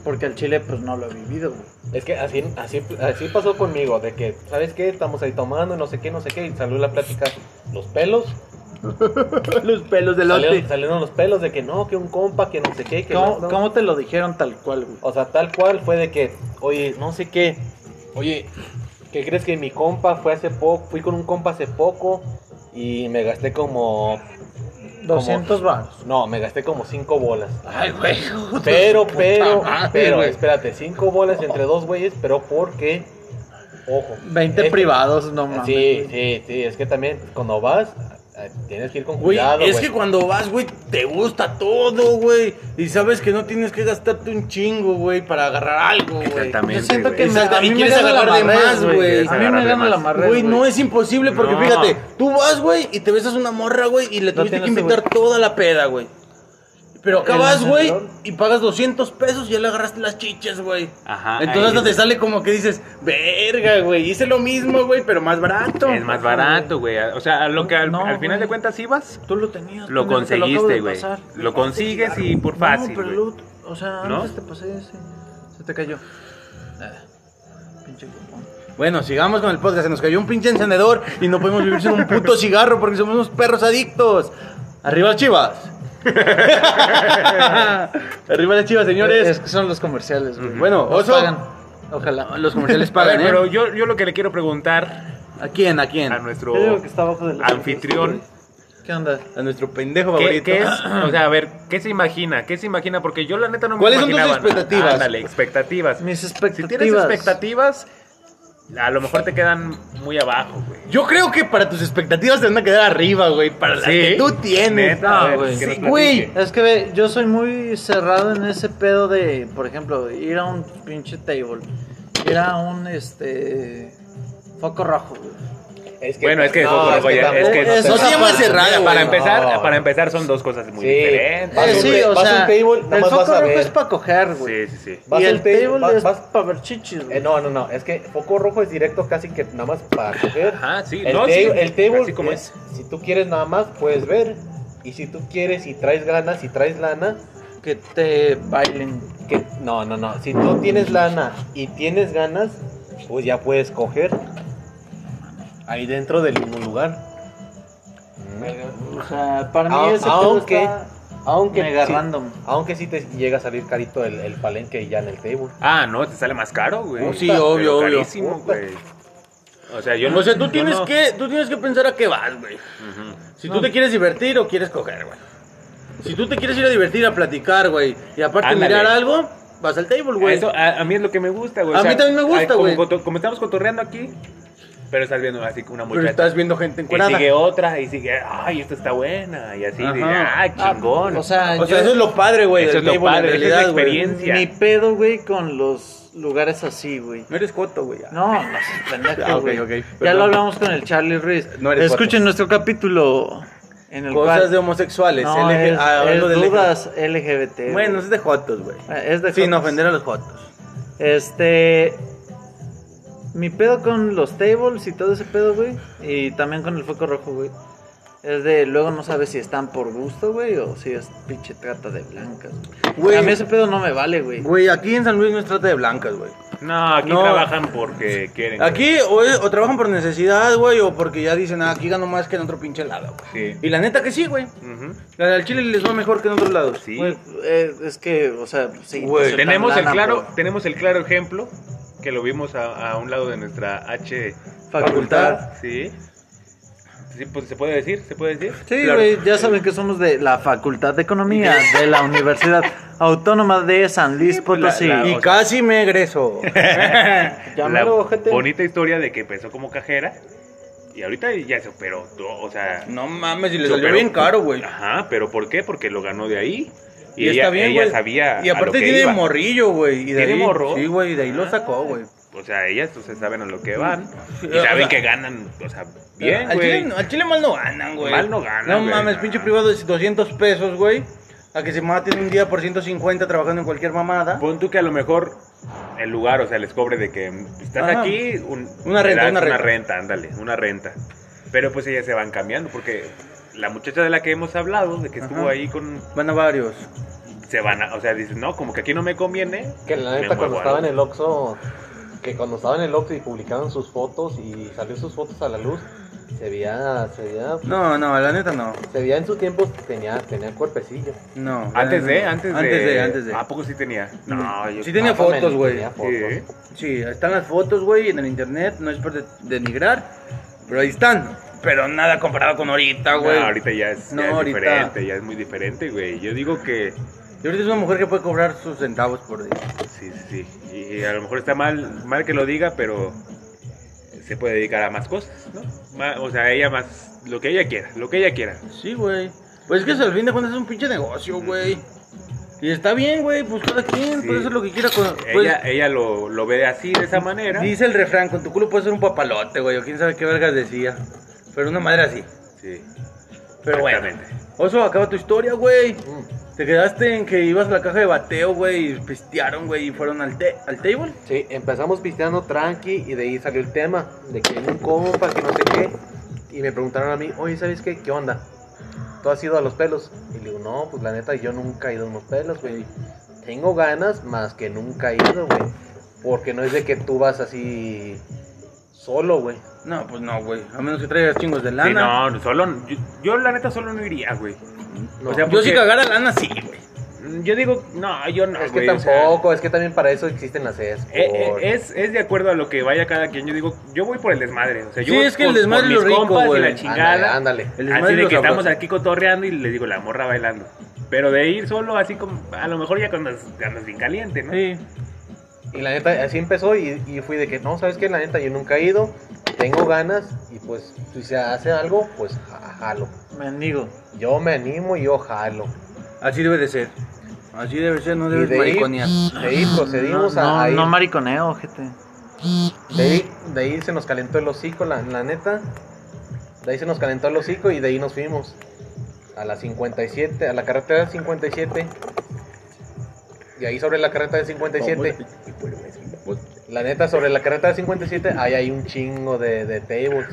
Speaker 2: Porque el chile, pues no lo he vivido, güey.
Speaker 4: Es que así, así, así pasó conmigo, de que, ¿sabes qué? Estamos ahí tomando, no sé qué, no sé qué, y salió la plática, los pelos,
Speaker 2: Los pelos del
Speaker 4: salieron,
Speaker 2: lote.
Speaker 4: salieron los pelos de que no, que un compa, que no sé qué, que no,
Speaker 2: ¿Cómo,
Speaker 4: no.
Speaker 2: cómo te lo dijeron tal cual, güey?
Speaker 4: O sea, tal cual fue de que, oye, no sé qué, oye, ¿qué crees que mi compa fue hace poco, fui con un compa hace poco y me gasté como,
Speaker 2: 200 baros.
Speaker 4: no, me gasté como cinco bolas.
Speaker 2: Ay, güey.
Speaker 4: Pero, pero,
Speaker 2: madre,
Speaker 4: pero,
Speaker 2: güey.
Speaker 4: espérate, cinco bolas entre dos güeyes, pero porque, ojo.
Speaker 2: 20
Speaker 4: este-
Speaker 2: privados, no mames.
Speaker 4: Sí, sí, sí, es que también cuando vas, eh, tienes que ir con
Speaker 1: Güey,
Speaker 4: cuidado,
Speaker 1: es
Speaker 4: güey.
Speaker 1: que cuando vas, güey, te gusta todo, güey. Y sabes que no tienes que gastarte un chingo, güey, para agarrar algo, güey.
Speaker 2: Yo
Speaker 3: Exactamente.
Speaker 2: siento
Speaker 3: güey.
Speaker 2: que me,
Speaker 1: Exacto, y
Speaker 2: a mí me
Speaker 1: quieres
Speaker 2: gana la
Speaker 1: agarrar de
Speaker 2: marrés,
Speaker 1: más, güey.
Speaker 2: A mí me
Speaker 3: Agarrar de
Speaker 2: gana la
Speaker 3: más.
Speaker 2: marrés,
Speaker 1: Güey, no es imposible porque
Speaker 3: No.
Speaker 1: fíjate, tú vas, güey, y te besas una morra, güey, y le tuviste que
Speaker 2: tienes que,
Speaker 1: invitar toda la peda, güey. Pero acá
Speaker 2: El
Speaker 1: vas, güey,
Speaker 2: anterior.
Speaker 1: y pagas 200 pesos y ya le agarraste las chiches, güey.
Speaker 3: Ajá, ahí
Speaker 1: Entonces hasta te
Speaker 3: es-
Speaker 1: sale como que dices, verga, güey, hice lo mismo, güey, pero más barato.
Speaker 3: Es más barato, güey. O sea, a lo que al,
Speaker 2: No,
Speaker 3: al final
Speaker 2: güey.
Speaker 3: de cuentas ibas,
Speaker 2: Tú lo tenías.
Speaker 3: Lo
Speaker 2: pendejo, te acabo
Speaker 3: conseguiste,
Speaker 2: de
Speaker 3: güey.
Speaker 2: pasar.
Speaker 3: Lo consigues y por fácil,
Speaker 2: No, pero
Speaker 3: güey.
Speaker 2: luego, o sea,
Speaker 3: ¿No?
Speaker 2: antes te pasé ese. Se te cayó. Ah, pinche cupón.
Speaker 1: Bueno, sigamos con el podcast. Se nos cayó un pinche encendedor y no podemos vivir sin un puto cigarro porque somos unos perros adictos. Arriba las chivas. Arriba las chivas, señores.
Speaker 2: Es que son los comerciales, güey.
Speaker 1: Bueno,
Speaker 2: Nos
Speaker 1: oso.
Speaker 2: pagan. Ojalá.
Speaker 1: Los comerciales
Speaker 3: A ver,
Speaker 1: pagan, ¿eh?
Speaker 3: pero yo, yo lo que le quiero preguntar
Speaker 1: ¿A quién? ¿A quién?
Speaker 3: a
Speaker 1: A
Speaker 3: nuestro
Speaker 2: Yo digo que está abajo del-
Speaker 3: anfitrión,
Speaker 2: ¿Qué onda?
Speaker 1: nuestro pendejo
Speaker 3: ¿qué,
Speaker 1: favorito.
Speaker 3: qué es? O sea, a ver, ¿qué se imagina? ¿Qué se imagina? Porque yo la neta no me
Speaker 1: ¿Cuáles son tus
Speaker 3: imaginaba.
Speaker 1: expectativas?
Speaker 3: Ándale, expectativas.
Speaker 2: Mis
Speaker 3: Si
Speaker 2: expectativas.
Speaker 3: tienes expectativas, a lo mejor te quedan muy abajo, güey.
Speaker 1: Yo creo que para tus expectativas te van a quedar arriba, güey. Para las
Speaker 3: Sí.
Speaker 1: que tú tienes.
Speaker 3: Neta,
Speaker 2: No,
Speaker 3: a ver,
Speaker 2: güey.
Speaker 3: que nos
Speaker 1: Sí,
Speaker 3: platique.
Speaker 1: güey.
Speaker 2: Es que ve, yo soy muy cerrado en ese pedo de, por ejemplo, ir a un pinche table. Ir a un, este. Foco rojo, güey.
Speaker 4: Es
Speaker 3: Bueno, es que
Speaker 4: no,
Speaker 3: eso es,
Speaker 4: que
Speaker 3: ya- es que
Speaker 4: tampoco-
Speaker 2: es-
Speaker 1: No
Speaker 2: Esa
Speaker 1: se llama
Speaker 2: parte-
Speaker 1: cerrada, güey.
Speaker 3: Para empezar,
Speaker 4: No.
Speaker 3: para empezar son dos cosas muy
Speaker 4: Sí.
Speaker 3: diferentes.
Speaker 4: Vas a
Speaker 2: Eh,
Speaker 4: un
Speaker 2: sí,
Speaker 4: ta-
Speaker 2: o
Speaker 4: vas a
Speaker 2: sea,
Speaker 4: un table, nada
Speaker 2: el
Speaker 4: más
Speaker 2: foco
Speaker 4: vas a
Speaker 2: rojo
Speaker 4: ver.
Speaker 2: es para coger, güey.
Speaker 3: Sí, sí, sí.
Speaker 4: Vas
Speaker 2: y
Speaker 4: al
Speaker 2: el
Speaker 4: table,
Speaker 2: table
Speaker 4: vas-
Speaker 2: es
Speaker 4: vas-
Speaker 2: para ver chichis, güey.
Speaker 4: Eh, no, no, no, es que foco rojo es directo casi que nada más para coger.
Speaker 3: Ajá, sí,
Speaker 4: El,
Speaker 3: no,
Speaker 4: table,
Speaker 3: sí,
Speaker 4: el table
Speaker 3: así como
Speaker 4: es, si tú quieres nada más, puedes ver. Y si tú quieres y traes ganas, si traes lana,
Speaker 2: Que te bailen.
Speaker 4: que no, no, no, si tú tienes lana y tienes ganas, pues ya puedes coger ahí dentro del mismo lugar.
Speaker 2: O sea, para mí
Speaker 4: Ah,
Speaker 2: ese pedo
Speaker 4: aunque-
Speaker 2: está
Speaker 4: Aunque
Speaker 2: mega
Speaker 4: sí,
Speaker 2: random.
Speaker 4: aunque sí te llega a salir carito el, el palenque ya en el table.
Speaker 3: Ah, no, te sale más caro, güey.
Speaker 1: Oh, sí,
Speaker 3: Pero
Speaker 1: obvio, obvio.
Speaker 3: carísimo, güey. O sea, yo no.
Speaker 1: O sea, tú
Speaker 3: yo
Speaker 1: tienes,
Speaker 3: no-
Speaker 1: que, tú tienes que pensar a qué vas, güey.
Speaker 3: Ujú.
Speaker 1: Si tú te quieres divertir o quieres coger, güey. Si tú te quieres ir a divertir, a platicar, güey. Y aparte
Speaker 3: Ándale.
Speaker 1: mirar algo, vas al table, güey.
Speaker 3: Eso, a, a mí es lo que me gusta, güey. O
Speaker 1: A
Speaker 3: sea,
Speaker 1: mí también me gusta,
Speaker 3: ay, como
Speaker 1: güey.
Speaker 3: coto- Como, estamos cotorreando aquí, pero estás viendo así una
Speaker 1: Pero
Speaker 3: muchacha.
Speaker 1: estás viendo gente
Speaker 3: y
Speaker 1: encuerada.
Speaker 3: sigue otra, y sigue, ay, esta está buena, y así,
Speaker 1: Ajá.
Speaker 3: de, ah, chingón.
Speaker 2: O sea,
Speaker 1: O
Speaker 2: yo-
Speaker 1: sea, eso es lo padre, güey.
Speaker 3: oh, Eso
Speaker 1: del
Speaker 3: es lo
Speaker 1: table,
Speaker 3: padre,
Speaker 1: en
Speaker 3: esa es la
Speaker 1: realidad, güey.
Speaker 3: experiencia.
Speaker 2: mi pedo, güey, con los lugares así, güey.
Speaker 1: No eres coto, güey. ya.
Speaker 2: No, no seas pendejo,
Speaker 1: Ah, ok,
Speaker 2: güey.
Speaker 1: ok,
Speaker 2: Ya
Speaker 1: perdón.
Speaker 2: lo hablamos con el Charlie Ruiz.
Speaker 1: No eres
Speaker 2: Escuchen nuestro capítulo en el
Speaker 1: Cosas
Speaker 2: cual...
Speaker 1: de homosexuales.
Speaker 2: No,
Speaker 1: LG
Speaker 2: es,
Speaker 1: ah, hablando
Speaker 2: es
Speaker 1: del-
Speaker 2: dudas LGBT. güey.
Speaker 3: eh.
Speaker 1: Bueno, es de jotos, güey.
Speaker 2: Eh, es de
Speaker 1: Sin
Speaker 2: jotos.
Speaker 1: ofender a los jotos.
Speaker 2: Este... Mi pedo con los tables y todo ese pedo, güey. Y también con el foco rojo, güey. Es de luego no sabes si están por gusto, güey, o si es pinche trata de blancas.
Speaker 1: Güey.
Speaker 2: Güey, a mí ese pedo no me vale, güey.
Speaker 1: Güey, aquí en San Luis no es trata de blancas, güey.
Speaker 3: no, aquí
Speaker 1: no.
Speaker 3: trabajan porque quieren.
Speaker 1: Aquí o, es- o trabajan por necesidad, güey, o porque ya dicen, ah, aquí gano más que en otro pinche lado, güey.
Speaker 3: güey. Sí.
Speaker 1: Y la neta que sí, güey.
Speaker 3: Ujú.
Speaker 1: La- Al Chile les va mejor que en otros lados.
Speaker 3: Sí.
Speaker 2: Güey, eh, es que, o sea, sí.
Speaker 1: Güey,
Speaker 2: no soy tan
Speaker 3: tenemos, el
Speaker 2: lana,
Speaker 3: claro,
Speaker 2: pero-
Speaker 3: tenemos el claro ejemplo que lo vimos a, a un lado de nuestra H.
Speaker 2: Facultad.
Speaker 3: Sí. Sí, pues, se puede decir, se puede decir.
Speaker 2: Sí,
Speaker 1: Claro.
Speaker 2: güey, ya saben que somos de la Facultad de Economía de la Universidad Autónoma de San Luis
Speaker 4: pues
Speaker 2: Potosí.
Speaker 3: la-
Speaker 1: Y
Speaker 3: o sea-
Speaker 1: casi me egreso.
Speaker 4: Llámalo,
Speaker 3: la
Speaker 4: ojete.
Speaker 3: bonita historia de que empezó como cajera y ahorita ya se operó. to- O sea,
Speaker 1: no mames, y les
Speaker 3: se
Speaker 1: salió
Speaker 3: operó.
Speaker 1: bien caro, güey.
Speaker 3: Ajá, pero ¿por qué? Porque lo ganó de ahí. Y,
Speaker 1: Y
Speaker 3: ella, ella
Speaker 1: güey.
Speaker 3: sabía.
Speaker 1: Y
Speaker 3: a lo
Speaker 1: aparte
Speaker 3: que
Speaker 1: tiene
Speaker 3: iba.
Speaker 1: morrillo, güey. Y de
Speaker 3: ¿Tiene
Speaker 1: ahí,
Speaker 3: morro?
Speaker 1: Sí, güey, y de ahí lo
Speaker 3: Ah.
Speaker 1: sacó, güey.
Speaker 3: O sea, ellas o sea, saben a lo que van y
Speaker 1: O
Speaker 3: saben
Speaker 1: sea, eh,
Speaker 3: que ganan, o sea, bien,
Speaker 1: al,
Speaker 3: güey.
Speaker 1: chile, al chile mal no ganan, güey.
Speaker 3: Mal no ganan,
Speaker 1: No
Speaker 3: güey,
Speaker 1: mames,
Speaker 3: no.
Speaker 1: pinche privado de 200 pesos, güey. A que se maten un día por 150 trabajando en cualquier mamada.
Speaker 3: Pon tú que a lo mejor el lugar, o sea, les cobre de que estás
Speaker 1: Ajá.
Speaker 3: aquí, un-
Speaker 1: Una renta,
Speaker 3: le das
Speaker 1: una renta.
Speaker 3: ándale, una renta. Pero pues ellas se van cambiando porque la muchacha de la que hemos hablado, de que estuvo
Speaker 1: Ajá.
Speaker 3: ahí con
Speaker 1: Van a varios.
Speaker 3: se van a, o sea, dices, no, como que aquí no me conviene.
Speaker 4: Que la
Speaker 3: me
Speaker 4: neta, cuando
Speaker 3: muevo a-
Speaker 4: estaba en el Oxxo, que cuando estaba en el Oxxo y publicaban sus fotos y salió sus fotos a la luz, se veía, se veía,
Speaker 1: No, no, la neta no.
Speaker 4: se veía en su tiempo, tenía, tenía cuerpecillo.
Speaker 1: No. la
Speaker 3: Antes de,
Speaker 1: neta no.
Speaker 3: antes de.
Speaker 1: Antes de, antes de. Mm,
Speaker 3: ¿A poco sí tenía? No, yo.
Speaker 1: Sí tenía
Speaker 4: Más o menos,
Speaker 1: fotos, güey.
Speaker 4: tenía fotos.
Speaker 3: Sí.
Speaker 1: Sí, están las fotos, güey, en el internet. No es por de- denigrar, pero ahí están. Pero nada comparado con ahorita,
Speaker 3: No,
Speaker 1: güey.
Speaker 3: ahorita ya es, ya
Speaker 1: No,
Speaker 3: es
Speaker 1: ahorita.
Speaker 3: diferente, ya es muy diferente, güey. Yo digo que
Speaker 1: Y ahorita es una mujer que puede cobrar sus centavos por día.
Speaker 3: sí, sí, sí. Y a lo mejor está mal, mal que lo diga, pero se puede dedicar a más cosas, ¿no? Ma- o sea, ella más, lo que ella quiera, lo que ella quiera.
Speaker 1: Sí, güey. Pues es que eso, al fin de cuentas es un pinche negocio, güey. Y está bien, güey, pues cada quien
Speaker 3: Sí.
Speaker 1: puede hacer lo que quiera. Con, pues,
Speaker 3: Ella, ella lo, lo ve así, de esa manera.
Speaker 1: Dice el refrán, con tu culo puedes ser un papalote, güey, o quién sabe qué vergas decía. Pero una madre así.
Speaker 3: Sí,
Speaker 1: Pero bueno.
Speaker 3: exactamente.
Speaker 1: Oso, acaba tu historia, güey.
Speaker 4: Mm,
Speaker 1: Te quedaste en que ibas a la caja de bateo, güey, y pistearon, güey, y fueron al, te- al table.
Speaker 4: Sí, empezamos pisteando tranqui y de ahí salió el tema de que un compa, que no sé qué. Y me preguntaron a mí, oye, ¿sabes qué? ¿Qué onda? ¿Tú has ido a los pelos? Y le digo, no, pues la neta, yo nunca he ido a unos pelos, güey. Tengo ganas, más que nunca he ido, güey. Porque no es de que tú vas así solo, güey.
Speaker 1: No, pues no, güey. A menos que traigas chingos de
Speaker 3: Sí,
Speaker 1: lana.
Speaker 3: no, solo, yo, yo la neta solo no iría, güey.
Speaker 4: No.
Speaker 3: O sea,
Speaker 1: Yo
Speaker 3: porque-
Speaker 1: si cagara lana, sí, güey.
Speaker 3: Yo digo, no, yo no,
Speaker 4: es que
Speaker 3: Ah, güey, o sea,
Speaker 4: tampoco, es que también para eso existen las E ESCOR.
Speaker 3: Eh, eh, es, es de acuerdo a lo que vaya cada quien. Yo digo, yo voy por el desmadre. O sea, yo
Speaker 1: Sí,
Speaker 3: voy
Speaker 1: es que el
Speaker 3: por- por
Speaker 1: desmadre
Speaker 3: mis
Speaker 1: es lo rico,
Speaker 3: compas
Speaker 1: güey.
Speaker 3: y la chingada.
Speaker 4: Ándale, ándale.
Speaker 1: El
Speaker 3: así
Speaker 1: desmadre
Speaker 3: de
Speaker 1: lo
Speaker 3: que
Speaker 1: sabroso.
Speaker 3: estamos aquí cotorreando y le digo, la morra bailando. Pero de ir solo así como, a lo mejor ya cuando andas bien caliente, ¿no?
Speaker 1: Sí.
Speaker 4: Y la neta, así empezó y, y fui de que, no, ¿sabes qué? La neta, yo nunca he ido, tengo ganas y pues si se hace algo, pues ja- jalo.
Speaker 2: Mendigo.
Speaker 4: Yo me animo y yo jalo.
Speaker 1: Así debe de ser. Así debe ser, no
Speaker 4: Y
Speaker 1: debes
Speaker 4: de ahí,
Speaker 1: mariconear.
Speaker 4: de ahí procedimos
Speaker 2: no,
Speaker 4: a,
Speaker 2: no,
Speaker 4: a ir.
Speaker 2: no mariconeo, gente.
Speaker 4: de, ahí, de ahí se nos calentó el hocico, la, la neta. De ahí se nos calentó el hocico y de ahí nos fuimos. A la 57, a la carretera 57. Y ahí sobre la carretera 57.
Speaker 2: pues,
Speaker 4: La neta, sobre la carretera 57, ahí hay un chingo de, de tables.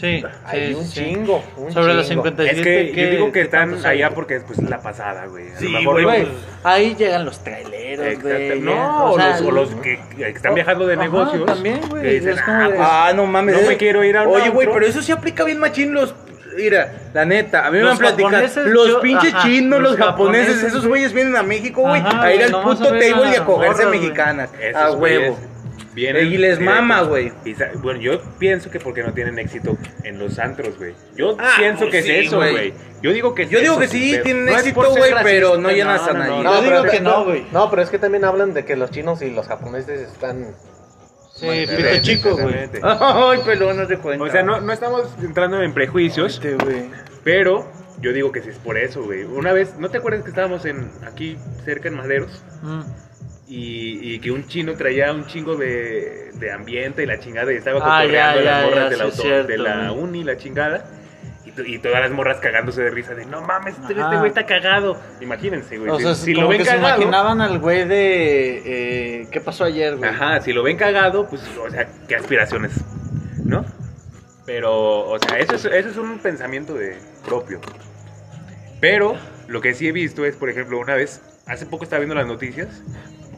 Speaker 2: Sí,
Speaker 4: Hay
Speaker 2: sí,
Speaker 4: un
Speaker 2: sí.
Speaker 4: chingo. Un
Speaker 2: Sobre los
Speaker 4: chingo.
Speaker 2: 57.
Speaker 3: Es que
Speaker 2: ¿qué-
Speaker 3: yo digo
Speaker 2: qué
Speaker 3: que están
Speaker 2: tantos hay?
Speaker 3: allá porque después es la pasada, güey. A lo
Speaker 1: Sí,
Speaker 3: mejor
Speaker 1: güey,
Speaker 3: los-
Speaker 1: güey.
Speaker 2: Ahí llegan los traileros,
Speaker 3: Exacto.
Speaker 2: güey.
Speaker 3: No, o,
Speaker 2: sea,
Speaker 3: los, o los que, que están viajando de
Speaker 2: Ajá,
Speaker 3: negocios.
Speaker 2: también, güey,
Speaker 3: que dicen,
Speaker 2: es como
Speaker 3: "Ah,
Speaker 2: de-
Speaker 3: pues,
Speaker 1: Ah, no mames.
Speaker 3: No
Speaker 1: es-
Speaker 3: me quiero ir a un
Speaker 1: Oye, güey,
Speaker 3: antro.
Speaker 1: pero eso se aplica bien machín los... Mira, la neta, a mí me
Speaker 2: Los
Speaker 1: han platicado.
Speaker 2: japoneses,
Speaker 1: Los
Speaker 2: yo-
Speaker 1: pinches
Speaker 2: ajá,
Speaker 1: chinos, los,
Speaker 2: los
Speaker 1: japoneses,
Speaker 2: japoneses,
Speaker 1: esos güeyes vienen a México, güey,
Speaker 2: Ajá,
Speaker 1: a ir
Speaker 2: güey,
Speaker 1: al
Speaker 2: nomás
Speaker 1: puto
Speaker 2: a ver a
Speaker 1: table y a
Speaker 2: las
Speaker 1: cogerse
Speaker 2: morras, güey.
Speaker 1: mexicanas.
Speaker 3: Esos
Speaker 1: A huevo.
Speaker 3: güeyes vienen
Speaker 1: Y les
Speaker 3: directo.
Speaker 1: mama, güey.
Speaker 3: Y sa- Bueno, yo pienso que porque no tienen éxito en los antros, güey. Yo
Speaker 1: Ah,
Speaker 3: pienso
Speaker 1: pues
Speaker 3: que
Speaker 1: sí,
Speaker 3: es eso,
Speaker 1: güey.
Speaker 3: güey. Yo digo que es
Speaker 1: Yo digo
Speaker 3: eso,
Speaker 1: que sí,
Speaker 3: pero-
Speaker 1: tienen
Speaker 3: No es
Speaker 1: éxito,
Speaker 3: por ser
Speaker 1: güey,
Speaker 3: racista,
Speaker 1: pero no llenas a
Speaker 3: no,
Speaker 1: nadie.
Speaker 3: no,
Speaker 2: Yo
Speaker 4: pero-
Speaker 2: digo que no, güey.
Speaker 4: No, pero es que también hablan de que los chinos y los japoneses están.
Speaker 2: Sí,
Speaker 4: Exactamente,
Speaker 2: pito chico, güey.
Speaker 3: exactamente.
Speaker 1: Ay, pelón, no se cuenta.
Speaker 3: O sea, no, no estamos entrando en prejuicios,
Speaker 2: Este, güey.
Speaker 3: pero yo digo que sí es por eso, güey. Una vez, ¿no te acuerdas que estábamos en aquí cerca en Maderos?
Speaker 2: Mm.
Speaker 3: Y, y que un chino traía un chingo de, de ambiente y la chingada y estaba
Speaker 2: Ah,
Speaker 3: cotorreando
Speaker 2: ya,
Speaker 3: a las
Speaker 2: ya,
Speaker 3: morras
Speaker 2: ya,
Speaker 3: de,
Speaker 2: sí
Speaker 3: la
Speaker 2: es
Speaker 3: auto-
Speaker 2: cierto,
Speaker 3: de la
Speaker 2: güey.
Speaker 3: uni, la chingada. Y, to- y todas las morras cagándose de risa de, no mames, este
Speaker 2: Ajá.
Speaker 3: este güey está cagado. Imagínense, güey.
Speaker 2: O
Speaker 3: si-
Speaker 2: sea,
Speaker 3: si
Speaker 2: como
Speaker 3: lo ven
Speaker 2: que se
Speaker 3: cagado...
Speaker 2: imaginaban al güey de... eh, ¿Qué pasó ayer, güey?
Speaker 3: Ajá, si lo ven cagado, pues, o sea, qué aspiraciones, ¿no? Pero, o sea, eso es, eso es un pensamiento de propio. Pero lo que sí he visto es, por ejemplo, una vez, hace poco estaba viendo las noticias,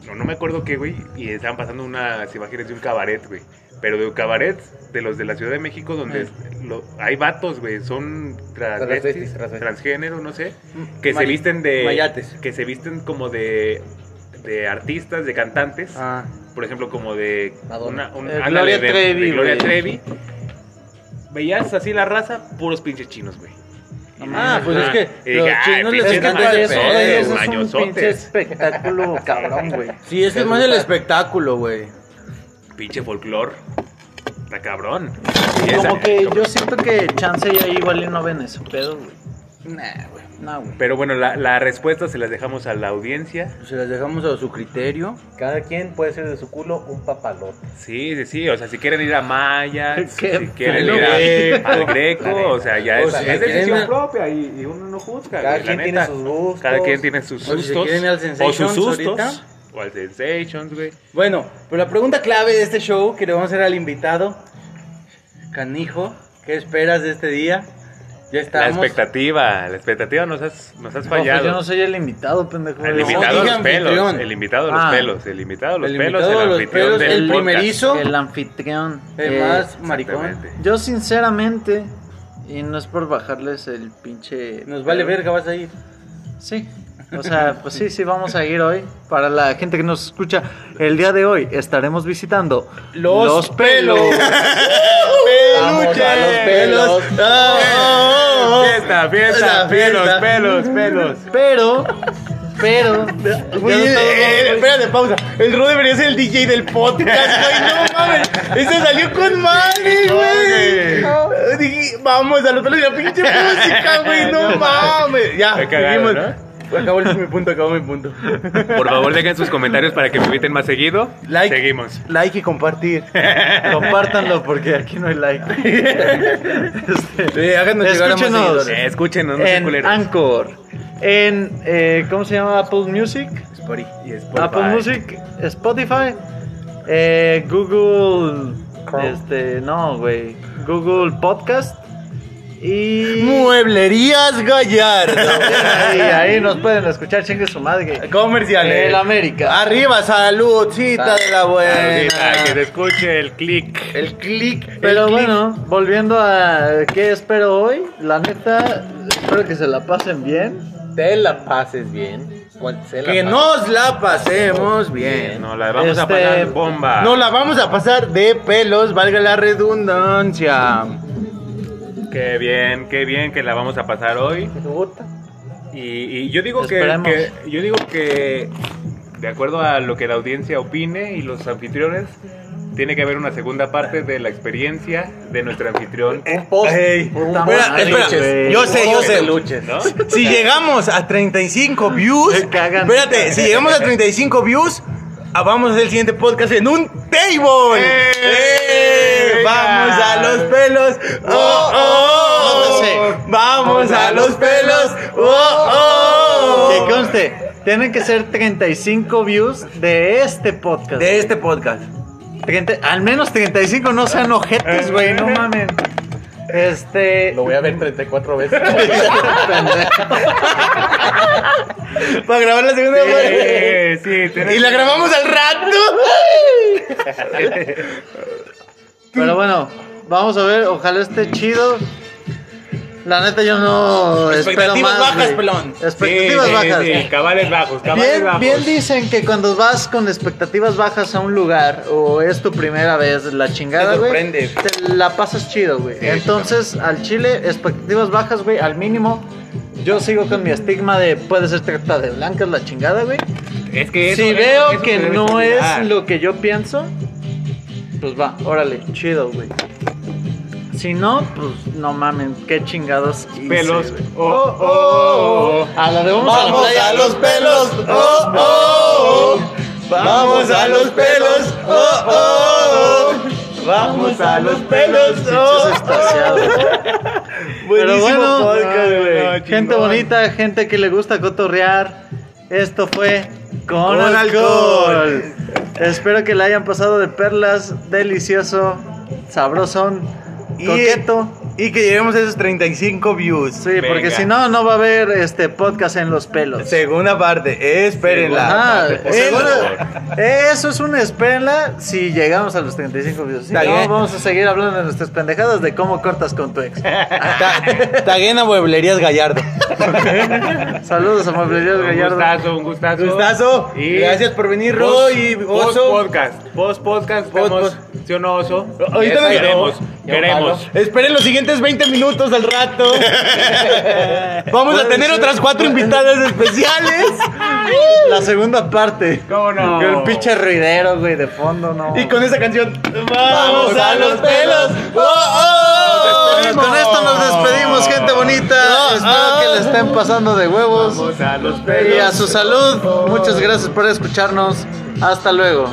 Speaker 3: no, no me acuerdo qué, güey, y estaban pasando unas imágenes de un cabaret, güey. Pero de un cabaret de los de la Ciudad de México, donde lo- hay vatos, güey, son
Speaker 4: Transvestis,
Speaker 3: transvestis,
Speaker 4: transvestis.
Speaker 3: transgénero, no sé, que se
Speaker 1: Mari-
Speaker 3: visten de...
Speaker 1: mayates.
Speaker 3: Que se visten como de, de artistas, de cantantes
Speaker 1: Ah,
Speaker 3: por ejemplo, como de
Speaker 4: Madonna.
Speaker 3: una, un-
Speaker 2: Eh,
Speaker 3: ándale,
Speaker 2: Gloria
Speaker 3: de-
Speaker 2: Trevi,
Speaker 3: de Gloria
Speaker 2: güey.
Speaker 3: Trevi. Veías así la raza, puros pinches chinos, güey.
Speaker 2: No
Speaker 3: Y
Speaker 1: Ah,
Speaker 2: mames.
Speaker 1: pues
Speaker 3: ajá.
Speaker 1: es que
Speaker 3: Y
Speaker 1: los
Speaker 3: dije, "Ay,
Speaker 1: chinos les
Speaker 3: pinches
Speaker 2: Es que
Speaker 1: encanta
Speaker 2: para
Speaker 1: de
Speaker 2: eso, eh,
Speaker 1: pedo,
Speaker 2: güey, eso es un pinche
Speaker 3: mañosotes, mañosotes,
Speaker 2: espectáculo cabrón, güey.
Speaker 1: sí, es que es más el espectáculo, güey.
Speaker 3: pinche folclor. Está cabrón. Y
Speaker 2: Como
Speaker 3: esa-
Speaker 2: que yo siento que chance ya igual y no ven ese pedo, güey.
Speaker 1: Nah, güey.
Speaker 2: No, güey.
Speaker 3: Pero bueno, la, la respuesta se las dejamos a la audiencia.
Speaker 1: Se las dejamos a su criterio.
Speaker 4: Cada quien puede ser de su culo un papalote.
Speaker 3: Sí, sí, sí. O sea, si quieren ir a Maya,
Speaker 2: Qué
Speaker 3: si quieren
Speaker 2: feo,
Speaker 3: ir a-
Speaker 2: güey.
Speaker 3: al Greco, o sea, ya
Speaker 1: O
Speaker 3: es,
Speaker 1: sea,
Speaker 3: es decisión
Speaker 1: quieren-
Speaker 3: propia y, y uno no juzga.
Speaker 4: Cada
Speaker 3: güey, la
Speaker 4: quien tiene
Speaker 3: neta.
Speaker 4: sus
Speaker 2: Pues,
Speaker 4: gustos.
Speaker 3: Cada quien tiene sus
Speaker 1: O si se
Speaker 3: sustos.
Speaker 1: quieren ir al
Speaker 3: o sus
Speaker 1: Sensations
Speaker 3: sustos.
Speaker 1: ahorita.
Speaker 3: O al Sensations, güey.
Speaker 1: Bueno, pero la pregunta clave de este show que le vamos a hacer al invitado, Canijo, ¿qué esperas de este día? Ya
Speaker 3: La
Speaker 1: estábamos.
Speaker 3: expectativa, la expectativa nos has, nos has
Speaker 2: No, pues
Speaker 3: fallado.
Speaker 2: yo no soy el invitado, pendejo.
Speaker 3: El
Speaker 1: No,
Speaker 3: invitado
Speaker 1: dije
Speaker 3: a los pelos,
Speaker 1: anfitrión.
Speaker 3: el invitado a los
Speaker 2: Ah.
Speaker 3: pelos, el invitado a los
Speaker 1: El
Speaker 3: pelos,
Speaker 1: invitado a
Speaker 3: el
Speaker 1: los
Speaker 3: anfitrión
Speaker 1: pelos,
Speaker 3: del
Speaker 1: el
Speaker 3: podcast.
Speaker 1: primerizo.
Speaker 2: El anfitrión.
Speaker 1: El
Speaker 2: Eh,
Speaker 1: más maricón.
Speaker 3: Exactamente.
Speaker 2: Yo sinceramente, y no es por bajarles el pinche...
Speaker 1: Nos vale verga, vas a ir.
Speaker 2: Sí. O sea, pues sí, sí, vamos a ir hoy. Para la gente que nos escucha, el día de hoy estaremos visitando
Speaker 1: Los
Speaker 4: Vamos a los pelos.
Speaker 3: Oh,
Speaker 1: Ah,
Speaker 3: Fiesta, fiesta,
Speaker 1: La fiesta.
Speaker 3: pelos, pelos, pelos.
Speaker 2: Pero, pero...
Speaker 1: Güey,
Speaker 2: ya no estamos-
Speaker 1: eh, eh, espérate, pausa. El Ro debería ser el DJ del podcast, güey. No mames. Ese salió con madre, güey. Dije, vamos al otro día, pinche música, güey. No mames. Ya,
Speaker 3: Qué cagado,
Speaker 1: seguimos. Acabó el- mi punto, acabó mi punto.
Speaker 3: Por favor, dejen sus comentarios para que me inviten más seguido.
Speaker 1: Like.
Speaker 3: Seguimos.
Speaker 1: Like y compartir.
Speaker 2: Compártanlo porque aquí no hay like. Este,
Speaker 1: Sí, háganos llegar a más
Speaker 2: Escúchenos.
Speaker 1: seguidores.
Speaker 3: Eh, escúchenos, no sean
Speaker 2: en
Speaker 3: culeros.
Speaker 2: Anchor, en eh, ¿cómo se llama? Apple Music,
Speaker 3: Y
Speaker 1: Ah, pues,
Speaker 3: Spotify.
Speaker 2: Apple Music, Spotify, eh, Google, este, no, güey, Google Podcast y
Speaker 1: Mueblerías Gallardo.
Speaker 2: ahí, ahí nos pueden escuchar, chingue su madre.
Speaker 1: Comerciales.
Speaker 2: El América.
Speaker 1: Arriba, saludcita de la
Speaker 3: Saludita, que se
Speaker 1: buena.
Speaker 3: escuche el click.
Speaker 1: El click.
Speaker 2: Pero
Speaker 1: el click.
Speaker 2: bueno, volviendo a qué espero hoy, la neta, espero que se la pasen bien.
Speaker 4: Te la pases bien. Cuan- se la
Speaker 1: Que
Speaker 4: pases.
Speaker 1: nos la pasemos bien.
Speaker 3: No, la vamos a
Speaker 2: Este,
Speaker 3: pasar bomba.
Speaker 1: Nos la vamos a pasar de pelos, valga la redundancia.
Speaker 3: Qué bien, qué bien que la vamos a pasar hoy.
Speaker 4: Puta.
Speaker 3: Y, y yo digo que,
Speaker 2: Esperemos.
Speaker 3: que- yo digo que de acuerdo a lo que la audiencia opine y los anfitriones tiene que haber una segunda parte de la experiencia de nuestro anfitrión.
Speaker 2: Eh,
Speaker 4: Un post.
Speaker 1: Ey,
Speaker 4: un
Speaker 2: espera,
Speaker 4: post.
Speaker 2: espera,
Speaker 4: Peluches.
Speaker 1: yo sé, yo
Speaker 4: Un post
Speaker 1: sé.
Speaker 4: peluches, ¿no?
Speaker 3: ¿No?
Speaker 1: Si llegamos a 35 views,
Speaker 2: Me cagan.
Speaker 1: espérate, si llegamos a 35 views, ah, vamos a hacer el siguiente podcast en un table.
Speaker 3: ¡Eh!
Speaker 1: ¡Eh! Vamos a los pelos. Oh, oh, oh.
Speaker 2: Nótese.
Speaker 1: Vamos a los pelos. Oh,
Speaker 2: Que
Speaker 1: oh.
Speaker 2: conste, tienen que ser 35 views de este podcast.
Speaker 1: De este podcast.
Speaker 2: 30 al menos 35, no sean ojetes, güey, no mamen. Este.
Speaker 4: Lo voy a ver 34 veces.
Speaker 1: Para grabar la segunda parte.
Speaker 3: Eh, sí, tiene-
Speaker 1: Y la grabamos al rato.
Speaker 2: Pero bueno, vamos a ver, ojalá esté chido. La neta, yo no. espero
Speaker 1: Expectativas
Speaker 2: más,
Speaker 1: bajas,
Speaker 2: güey.
Speaker 1: pelón.
Speaker 3: Sí,
Speaker 2: Expectativas
Speaker 3: sí,
Speaker 2: bajas.
Speaker 3: sí, cabales bajos, cabales
Speaker 2: Bien,
Speaker 3: bajos.
Speaker 2: bien dicen que cuando vas con expectativas bajas a un lugar o es tu primera vez, la chingada,
Speaker 1: Te
Speaker 2: güey.
Speaker 1: sorprende.
Speaker 2: te la pasas chido, güey. Entonces, al chile, expectativas bajas, güey, al mínimo. Yo sigo con mi estigma de puede ser trata de blancas la chingada, güey.
Speaker 3: Es que eso-
Speaker 2: si
Speaker 3: eso-
Speaker 2: veo
Speaker 3: eso
Speaker 2: que
Speaker 3: se debe
Speaker 2: no
Speaker 3: cuidar.
Speaker 2: es lo que yo pienso, pues va, órale, chido, güey. Si no, pues no mamen, qué chingados. hice,
Speaker 3: pelos.
Speaker 2: güey.
Speaker 3: Oh, oh, oh, oh.
Speaker 2: A la de vamos, a la
Speaker 1: Vamos
Speaker 2: playa.
Speaker 1: a los pelos, oh, oh, oh. Vamos a los pelos, oh, oh, oh. Vamos a los pelos, oh,
Speaker 2: Pinches estaciados.
Speaker 1: oh.
Speaker 2: Pero bueno,
Speaker 3: no,
Speaker 1: güey.
Speaker 3: no,
Speaker 2: Gente
Speaker 3: chingón.
Speaker 2: bonita, gente que le gusta cotorrear. Esto fue Con,
Speaker 1: Con
Speaker 2: alcohol.
Speaker 1: Alcohol.
Speaker 2: Espero que la hayan pasado de perlas, delicioso, sabrosón,
Speaker 1: Y-
Speaker 2: coqueto.
Speaker 1: Y que lleguemos a esos 35 views.
Speaker 2: Sí, porque
Speaker 3: Venga.
Speaker 2: si no, no va a haber este podcast en los pelos.
Speaker 1: Segunda parte, espérenla.
Speaker 2: Ajá,
Speaker 1: Por
Speaker 2: seguro-
Speaker 1: favor.
Speaker 2: eso es una espera si llegamos a los 35 views. Si
Speaker 1: Está
Speaker 2: no,
Speaker 1: bien.
Speaker 2: vamos a seguir hablando de nuestras pendejadas de cómo cortas con tu ex.
Speaker 1: Ta- Taguen a Mueblerías Gallardo.
Speaker 2: Saludos a Mueblerías
Speaker 3: Un
Speaker 2: Gallardo.
Speaker 3: gustazo, un gustazo.
Speaker 1: Gustazo.
Speaker 3: Y
Speaker 1: Gracias por venir, Ro
Speaker 3: post-
Speaker 1: y Oso.
Speaker 3: Post podcast. Post podcast.
Speaker 1: Post-
Speaker 3: Estamos, ¿Sí o no, Oso?
Speaker 1: Ahorita
Speaker 3: Eso
Speaker 1: no-
Speaker 3: queremos.
Speaker 4: Ya,
Speaker 3: Queremos.
Speaker 1: Esperen los siguientes 20 minutos al rato. Vamos a tener otras cuatro invitadas especiales.
Speaker 2: La segunda parte.
Speaker 3: ¿Cómo no?
Speaker 2: Con el pinche ruidero, güey, de fondo, no.
Speaker 1: Y con esa canción, vamos a los pelos. Oh, oh.
Speaker 2: Bueno, con esto nos despedimos, gente bonita. Espero que le estén pasando de huevos.
Speaker 3: Vamos a los
Speaker 2: Y
Speaker 3: pelos.
Speaker 2: a su salud. Muchas gracias por escucharnos. Hasta luego.